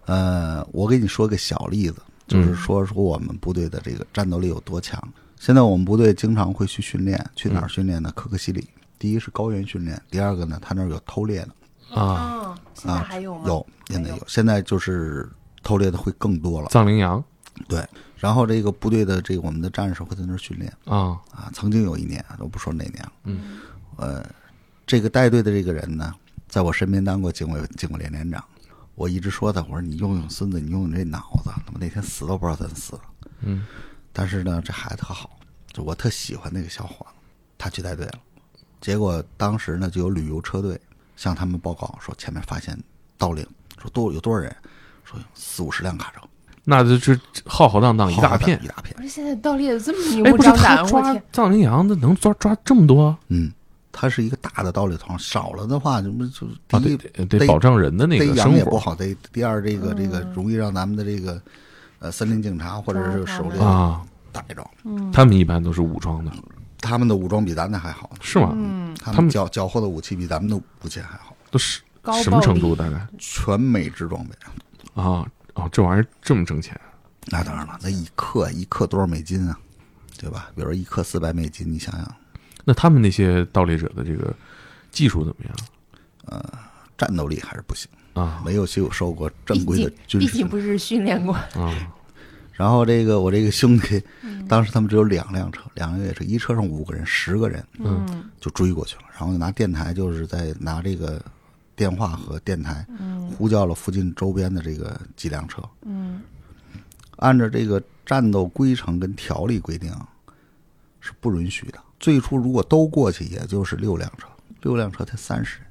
[SPEAKER 2] 呃，我给你说个小例子，就是说说我们部队的这个战斗力有多强。现在我们部队经常会去训练，去哪儿训练呢？可可西里，第一是高原训练，第二个呢，他那儿有偷猎的，
[SPEAKER 4] 啊，
[SPEAKER 3] 啊，现在还有吗？
[SPEAKER 2] 有现在
[SPEAKER 3] 还有
[SPEAKER 2] 有，现在就是偷猎的会更多了。
[SPEAKER 4] 藏羚羊
[SPEAKER 2] 对，然后这个部队的这个我们的战士会在那儿训练。
[SPEAKER 4] 啊，
[SPEAKER 2] 啊，曾经有一年，我不说哪年了，嗯，呃，这个带队的这个人呢，在我身边当过警卫警卫连连长，我一直说他，我说你用用孙子，你用用这脑子，他妈那天死都不知道怎么死了，
[SPEAKER 4] 嗯，
[SPEAKER 2] 但是呢，这孩子特好，就我特喜欢那个小伙子，他去带队了，结果当时呢就有旅游车队向他们报告说前面发现盗领，说多有多少人，说有四五十辆卡车，
[SPEAKER 4] 那就是浩浩荡荡一
[SPEAKER 2] 浩
[SPEAKER 4] 大
[SPEAKER 2] 浩荡
[SPEAKER 4] 片
[SPEAKER 2] 一。大片
[SPEAKER 3] 不，是现在盗猎的这么明
[SPEAKER 4] 哎，
[SPEAKER 3] 目
[SPEAKER 4] 不是
[SPEAKER 3] 张
[SPEAKER 4] 他
[SPEAKER 3] 胆，啊我
[SPEAKER 4] 抓
[SPEAKER 3] 天！
[SPEAKER 4] 藏羚羊的能抓抓这么多？
[SPEAKER 2] 嗯。它是一个大的道理头，少了的话，就不就
[SPEAKER 4] 啊，
[SPEAKER 2] 第一
[SPEAKER 4] 对得得
[SPEAKER 2] 逮
[SPEAKER 4] 保障人的那
[SPEAKER 2] 逮
[SPEAKER 4] 个
[SPEAKER 2] 羊
[SPEAKER 4] 生
[SPEAKER 2] 也不
[SPEAKER 4] 活
[SPEAKER 2] 好逮。第二，这
[SPEAKER 3] 嗯
[SPEAKER 2] 个这个容易让咱们的这个呃森林警察或者是
[SPEAKER 3] 抓
[SPEAKER 2] 狩
[SPEAKER 3] 他
[SPEAKER 2] 猎
[SPEAKER 3] 们
[SPEAKER 4] 啊。
[SPEAKER 2] 逮着，
[SPEAKER 3] 嗯
[SPEAKER 4] 他们一般都是武装的，
[SPEAKER 2] 他们的武装比咱的还好，
[SPEAKER 4] 是吗？
[SPEAKER 3] 嗯
[SPEAKER 2] 他
[SPEAKER 4] 他
[SPEAKER 2] 们
[SPEAKER 4] 们
[SPEAKER 2] 缴缴获的武器比咱们的武器还好，
[SPEAKER 4] 都是
[SPEAKER 3] 高
[SPEAKER 4] 什么
[SPEAKER 3] 暴
[SPEAKER 4] 程
[SPEAKER 3] 力
[SPEAKER 4] 度大概
[SPEAKER 2] 全美制装备。
[SPEAKER 4] 啊？哦，这玩意儿这么挣钱
[SPEAKER 2] 那当然了，那一克一克多少美金啊？对吧？比如一克四百美金，你想想，
[SPEAKER 4] 那他们那些盗猎者的这个技术怎么样
[SPEAKER 2] 战斗力还是不行，
[SPEAKER 4] 啊？
[SPEAKER 2] 没有有受过
[SPEAKER 3] 毕
[SPEAKER 2] 正规的
[SPEAKER 3] 竟
[SPEAKER 2] 军
[SPEAKER 3] 毕
[SPEAKER 2] 事
[SPEAKER 3] 竟不是训练 (laughs) 过，
[SPEAKER 4] 啊，
[SPEAKER 2] 然后这个我这个兄弟，当时他们只有两辆车，两辆越野车，一车上五个人，十个人，嗯，就追过去了。然后就拿电台，就是在拿这个电话和电台，呼叫了附近周边的这个几辆车，嗯，按照这个战斗规程跟条例规定啊，是不允许的。最初如果都过去，也就是六辆车，六辆车才三十人。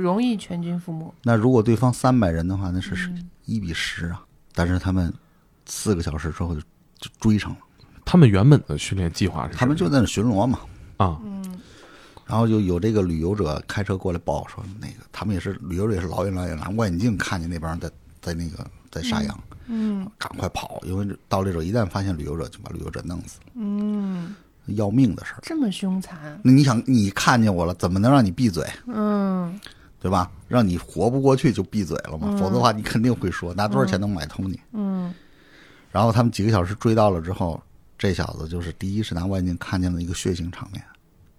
[SPEAKER 3] 容易全军覆没。
[SPEAKER 2] 那如果对方三百人的话，那是一比十啊。但是他们四个小时之后就就追上了。
[SPEAKER 4] 他们原本的训练计划是什么
[SPEAKER 2] 他们就在那巡逻嘛，
[SPEAKER 4] 啊
[SPEAKER 2] 然后就有这个旅游者开车过来报说，那个他们也是旅游者也是老远老远拿望远镜看见那帮人在在那个在杀羊，嗯，赶快跑，因为盗猎者一旦发现旅游者，就把旅游者弄死，嗯，要命的事儿。
[SPEAKER 3] 这么凶残，
[SPEAKER 2] 那你想，你看见我了，怎么能让你闭嘴，
[SPEAKER 3] 嗯，
[SPEAKER 2] 对吧？让你活不过去就闭嘴了嘛，否则的话你肯定会说拿多少钱能买通你，嗯。然后他们几个小时追到了之后，这小子就是第一是拿望远镜看见了一个血腥场面，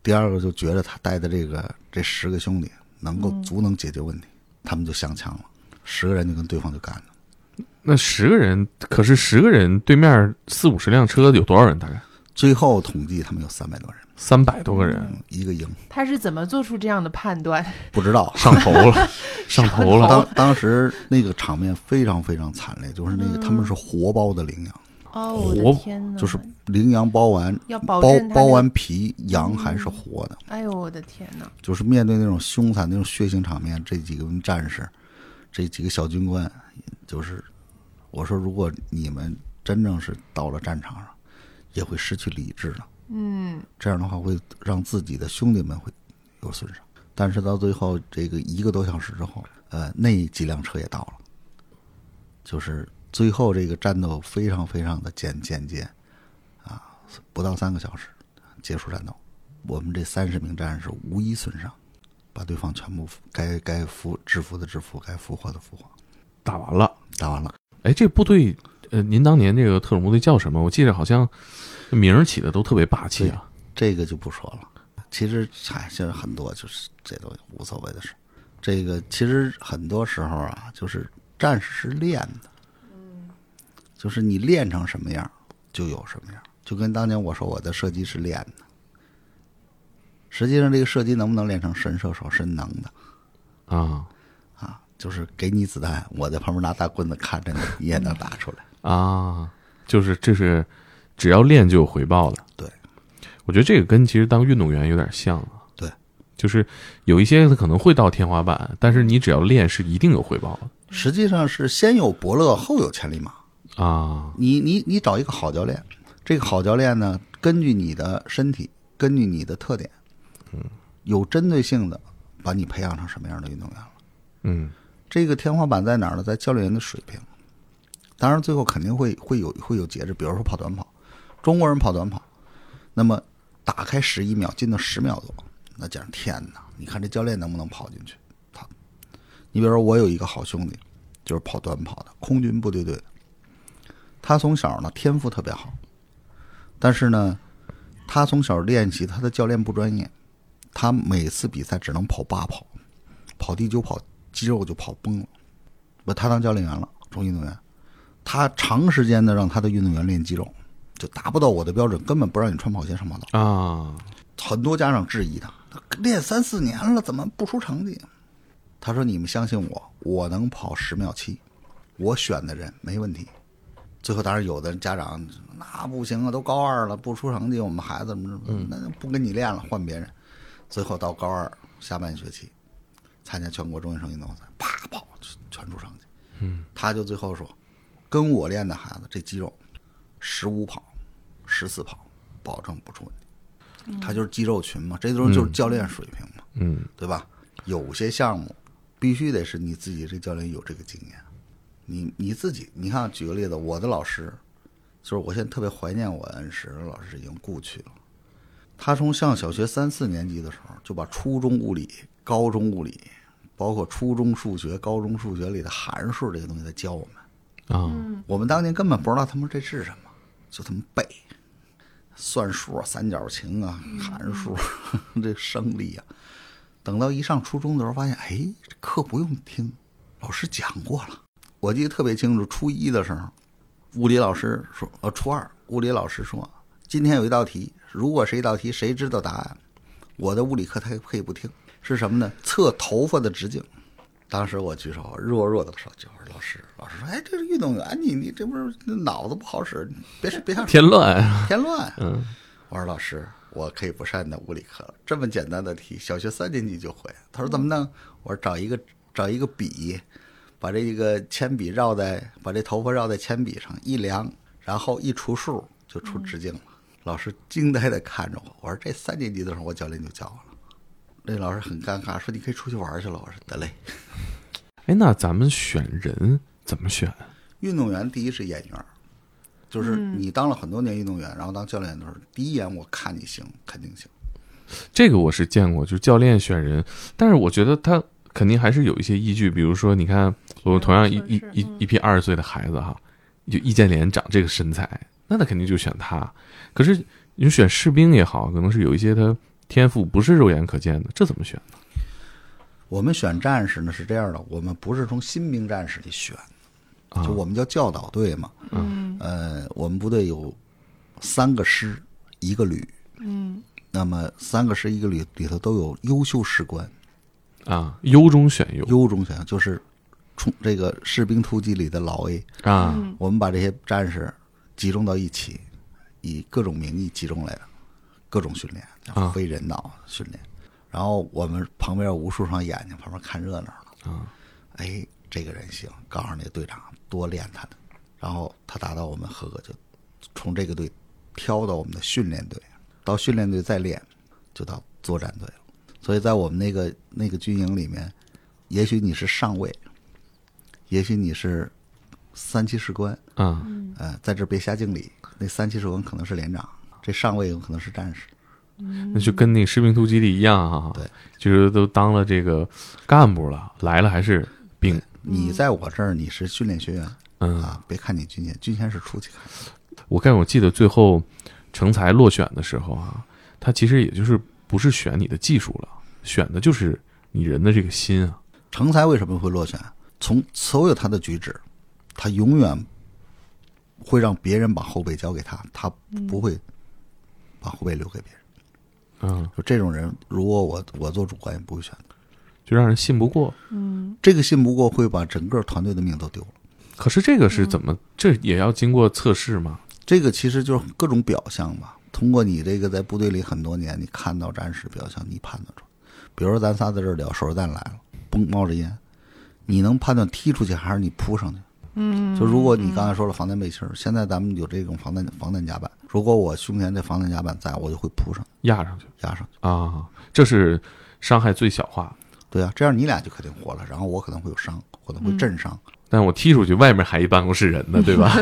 [SPEAKER 2] 第二个就觉得他带的这个这十个兄弟能够足能解决问题，他们就相枪了，十个人就跟对方就干了。
[SPEAKER 4] 那十个人，可是十个人对面四五十辆车有多少人？大概
[SPEAKER 2] 最后统计他们有三百多人，
[SPEAKER 4] 三百多个人，
[SPEAKER 2] 嗯一个营
[SPEAKER 3] 他是怎么做出这样的判断？
[SPEAKER 2] 不知道。
[SPEAKER 4] 上头了，上头了。
[SPEAKER 2] 当当时那个场面非常非常惨烈，就是那个他们是活剥的羚羊，
[SPEAKER 3] 哦，我的
[SPEAKER 4] 活
[SPEAKER 3] 天哪！
[SPEAKER 2] 就是羚羊剥完
[SPEAKER 3] 要保
[SPEAKER 2] 剥
[SPEAKER 3] 证他
[SPEAKER 2] 剥
[SPEAKER 3] 那
[SPEAKER 2] 完皮，羊还是活的。
[SPEAKER 3] 哎呦，我的天哪！
[SPEAKER 2] 就是面对那种凶残、那种血腥场面，这几个战士，这几个小军官，就是我说，如果你们真正是到了战场上，也会失去理智的。嗯，这样的话会让自己的兄弟们会有损伤。但是到最后这个一个多小时之后，呃，那几辆车也到了，就是最后这个战斗非常非常的简简洁，啊，不到三个小时结束战斗。我们这三十名战士无一损伤，把对方全部该该俘制服的制服，该俘获的俘获，
[SPEAKER 4] 打完了，
[SPEAKER 2] 打完了。
[SPEAKER 4] 哎，这部队，呃，您当年这个特种部队叫什么？我记得好像名儿起的都特别霸气啊。
[SPEAKER 2] 这个就不说了。其实，嗨，现在很多就是这都无所谓的事。这个其实很多时候啊，就是战士是练的，就是你练成什么样就有什么样。就跟当年我说我的射击是练的，实际上这个射击能不能练成神射手是能的。
[SPEAKER 4] 啊
[SPEAKER 2] 啊，就是给你子弹，我在旁边拿大棍子看着你，你也能打出来。
[SPEAKER 4] 啊，就是这是只要练就有回报的。
[SPEAKER 2] 对，
[SPEAKER 4] 我觉得这个跟其实当运动员有点像啊。
[SPEAKER 2] 对，
[SPEAKER 4] 就是有一些可能会到天花板，但是你只要练是一定有回报
[SPEAKER 2] 实际上是先有伯乐，后有千里马。
[SPEAKER 4] 的啊。
[SPEAKER 2] 你你你找一个好教练，这个好教练呢，根据你的身体，根据你的特点，嗯，有针对性的把你培养成什么样的运动员了。
[SPEAKER 4] 嗯，
[SPEAKER 2] 这个天花板在哪儿呢？在教练员的水平。当然，最后肯定会会有会有节制，比如说跑短跑，中国人跑短跑，那么打开十一秒，进到十秒多，那简直天哪！你看这教练能不能跑进去？他，你比如说我有一个好兄弟，就是跑短跑的，空军部队队的，他从小呢天赋特别好，但是呢，他从小练习，他的教练不专业，他每次比赛只能跑八跑，跑第九跑肌肉就跑崩了。不，他当教练员了，中运动员，他长时间的让他的运动员练肌肉，就达不到我的标准，根本不让你穿跑鞋上跑道。
[SPEAKER 4] 啊，
[SPEAKER 2] 很多家长质疑他，他练三四年了，怎么不出成绩？他说：“你们相信我，我能跑十秒七，我选的人没问题。”最后，当然有的家长那不行啊，都高二了不出成绩，我们孩子怎么怎么，那就不跟你练了，换别人。最后到高二下半学期，参加全国中学生运动会，啪跑全出成绩。嗯，他就最后说，跟我练的孩子这肌肉，十五跑，十四跑，保证不出问题。他就是肌肉群嘛，这都是就是教练水平嘛，
[SPEAKER 4] 嗯，
[SPEAKER 2] 对吧？有些项目必须得是你自己这教练有这个经验，你你自己，你看，举个例子，我的老师，就是我现在特别怀念我恩师老师已经故去了，他从上小学三四年级的时候就把初中物理、高中物理，包括初中数学、高中数学里的函数这个东西在教我们。
[SPEAKER 4] 啊，
[SPEAKER 2] 我们当年根本不知道他们这是什么，就他们背，算数啊、三角形啊、函数啊、 (laughs) 这生理啊。等到一上初中的时候，发现哎，这课不用听，老师讲过了。我记得特别清楚，初一的时候，物理老师说，呃，初二物理老师说，今天有一道题，如果是一道题谁知道答案，我的物理课他可以不听，是什么呢？测头发的直径。当时我举手，弱弱的手举手，老师，老师说，哎，这是运动员，你你这不是脑子不好使，你别别想
[SPEAKER 4] 添乱， (laughs)
[SPEAKER 2] 添乱。嗯，我说老师，我可以不上你的物理课了，这么简单的题，小学三年级就会。他说怎么弄？我说找一个找一个笔，把这个铅笔绕在，把这头发绕在铅笔上一量，然后一除数就出直径了。老师惊呆的看着我，我说这三年级的时候我教练就教我了。那老师很尴尬，说你可以出去玩去了。我说得嘞。
[SPEAKER 4] 哎，那咱们选人怎么选？啊
[SPEAKER 2] 运动员第一是眼缘儿，就是你当了很多年运动员，然后当教练的时候，第一眼我看你行，肯定行。
[SPEAKER 4] 这个我是见过，就是教练选人，但是我觉得他肯定还是有一些依据，比如说，你看，我同样一一一一批二十岁的孩子哈，就易建联长这个身材，那他肯定就选他。可是你选士兵也好，可能是有一些他天赋不是肉眼可见的，这怎么选？
[SPEAKER 2] 我们选战士呢是这样的，我们不是从新兵战士里选，
[SPEAKER 4] 啊
[SPEAKER 2] 就我们叫教导队嘛。嗯，呃，我们部队有三个师，一个旅。
[SPEAKER 3] 嗯，
[SPEAKER 2] 那么三个师一个旅里头都有优秀士官，
[SPEAKER 4] 啊，优中选优
[SPEAKER 2] 优中选优就是冲这个《士兵突击》里的老 A。
[SPEAKER 4] 啊，
[SPEAKER 2] 我们把这些战士集中到一起，以各种名义集中来的，各种训练，
[SPEAKER 4] 啊
[SPEAKER 2] 非人道训练。然后我们旁边有无数双眼睛，旁边看热闹的。
[SPEAKER 4] 啊，
[SPEAKER 2] 哎，这个人行，告诉那队长多练他的，然后他达到我们合格，就从这个队挑到我们的训练队，到训练队再练，就到作战队了。所以在我们那个那个军营里面，也许你是上尉，也许你是三七士官，
[SPEAKER 4] 啊，
[SPEAKER 2] 呃，在这儿别瞎敬礼。那三七士官可能是连长，这上尉有可能是战士。
[SPEAKER 4] 那就跟那《士兵突击》里一样啊，
[SPEAKER 2] 对，
[SPEAKER 4] 就是都当了这个干部了，来了还是兵，
[SPEAKER 2] 你在我这儿你是训练学员
[SPEAKER 4] 嗯，
[SPEAKER 2] 啊，别看你军衔，军衔是出去看的。
[SPEAKER 4] 我盖我记得最后成才落选的时候啊，他其实也就是不是选你的技术了，选的就是你人的这个心啊。
[SPEAKER 2] 成才为什么会落选？从所有他的举止，他永远会让别人把后背交给他，他不会把后背留给别人。
[SPEAKER 4] 嗯，
[SPEAKER 2] 就这种人，如果我我做主管也不会选的。
[SPEAKER 4] 就让人信不过。
[SPEAKER 2] 这个信不过会把整个团队的命都丢了。
[SPEAKER 4] 可是这个是怎么？这也要经过测试吗？
[SPEAKER 2] 这个其实就是各种表象吧。通过你这个在部队里很多年，你看到战士表象，你判断出来。比如说咱仨在这儿聊，手榴弹来了，嘣冒着烟，你能判断踢出去还是你扑上去？嗯，就如果你刚才说了防弹背心儿，现在咱们有这种防弹防弹夹板，如果我胸前这防弹夹板在，我就会扑上
[SPEAKER 4] 压上去
[SPEAKER 2] 压上去。
[SPEAKER 4] 啊，这是伤害最小化。
[SPEAKER 2] 对啊，这样你俩就肯定活了，然后我可能会有伤，可能会震伤，
[SPEAKER 4] 但我踢出去，外面还一办公室人呢，对吧？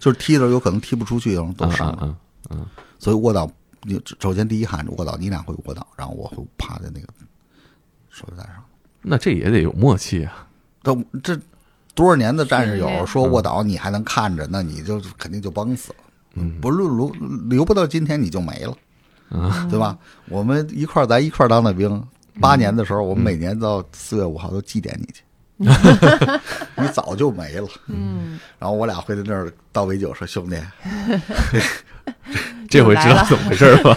[SPEAKER 2] 就是踢的时候有可能踢不出去，然后都
[SPEAKER 4] 啊
[SPEAKER 2] 伤
[SPEAKER 4] 啊
[SPEAKER 2] 了。
[SPEAKER 4] 啊！
[SPEAKER 2] 所以卧倒，你首先第一喊着卧倒，你俩会卧倒，然后我会趴在那个手榴弹上。
[SPEAKER 4] 那这也得有默契啊。
[SPEAKER 2] 这这多少年的战士
[SPEAKER 3] 训
[SPEAKER 2] 友
[SPEAKER 3] 练
[SPEAKER 2] 说卧倒，你还能看着，那你就肯定就崩死了。不论留留不到今天，你就没了，对吧？我们一块儿咱一块儿当的兵，八年的时候，我们每年到四月五号都祭奠你去，你早就没了。
[SPEAKER 3] 嗯，
[SPEAKER 2] 然后我俩会在那儿倒杯酒，说兄弟，
[SPEAKER 4] 这回知道怎么回事儿了吧？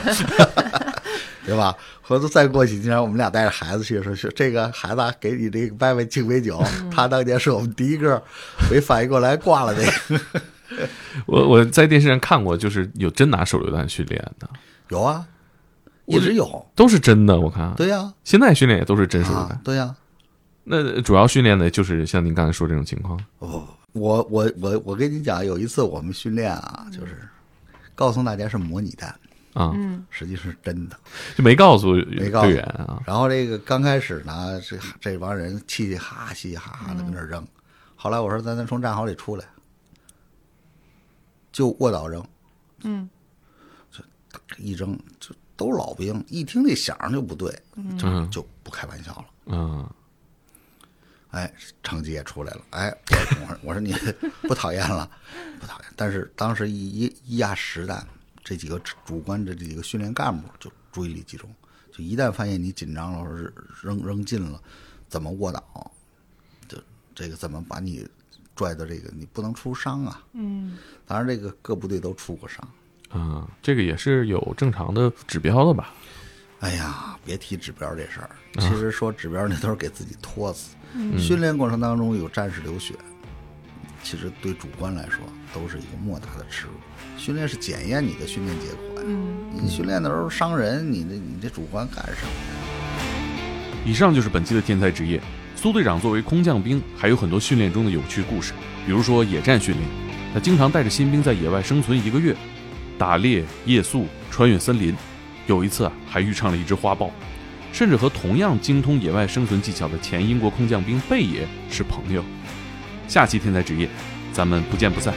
[SPEAKER 4] (laughs)
[SPEAKER 2] 对吧？回头再过几天，我们俩带着孩子去，说是这个孩子啊给你这个伯伯敬杯酒，他当年是我们第一个没反应过来挂了的。
[SPEAKER 4] 我我在电视上看过，就是有真拿手榴弹训练的，
[SPEAKER 2] 有啊，
[SPEAKER 4] 我
[SPEAKER 2] 一直有。
[SPEAKER 4] 都是真的。我看啊
[SPEAKER 2] 对呀、
[SPEAKER 4] 现在训练也都是真手榴弹
[SPEAKER 2] 啊，。对呀、
[SPEAKER 4] 那主要训练的就是像您刚才说这种情况
[SPEAKER 2] 我我我我跟你讲，有一次我们训练啊，就是告诉大家是模拟弹，
[SPEAKER 4] 啊，
[SPEAKER 2] 实际是真的。
[SPEAKER 4] 就没告诉
[SPEAKER 2] 没告诉
[SPEAKER 4] 队员啊
[SPEAKER 2] 然后这个刚开始呢，这这帮人气气哈哈、嘻嘻哈哈的跟那儿扔。后来我说咱咱从战壕里出来，就卧倒扔。
[SPEAKER 3] 嗯，
[SPEAKER 2] 这一扔就都老兵，一听这响儿就不对，
[SPEAKER 4] 嗯
[SPEAKER 2] 就就不开玩笑了。
[SPEAKER 4] 啊
[SPEAKER 2] 哎，成绩也出来了。哎，我我说我说你不讨厌了，不讨厌。但是当时一一一压实弹，这几个主官这几个训练干部就注意力集中，就一旦发现你紧张了，或者是扔扔近了，怎么卧倒，就这个怎么把你拽到这个，你不能出伤啊。嗯，当然这个各部队都出过伤。
[SPEAKER 4] 啊，这个也是有正常的指标的吧？
[SPEAKER 2] 哎呀，别提指标这事儿。其实说指标那都是给自己托死。训练过程当中有战士流血，其实对主观来说都是一个莫大的耻辱。训练是检验你的训练结果呀。
[SPEAKER 3] 嗯
[SPEAKER 2] 你训练的时候伤人，你这你这主观干什么？
[SPEAKER 1] 以上就是本期的天才职业。苏队长作为空降兵，还有很多训练中的有趣故事，比如说野战训练，他经常带着新兵在野外生存一个月，打猎、夜宿、穿越森林。有一次啊，还遇上了一只花豹，甚至和同样精通野外生存技巧的前英国空降兵贝爷是朋友。下期天才职业，咱们不见不散。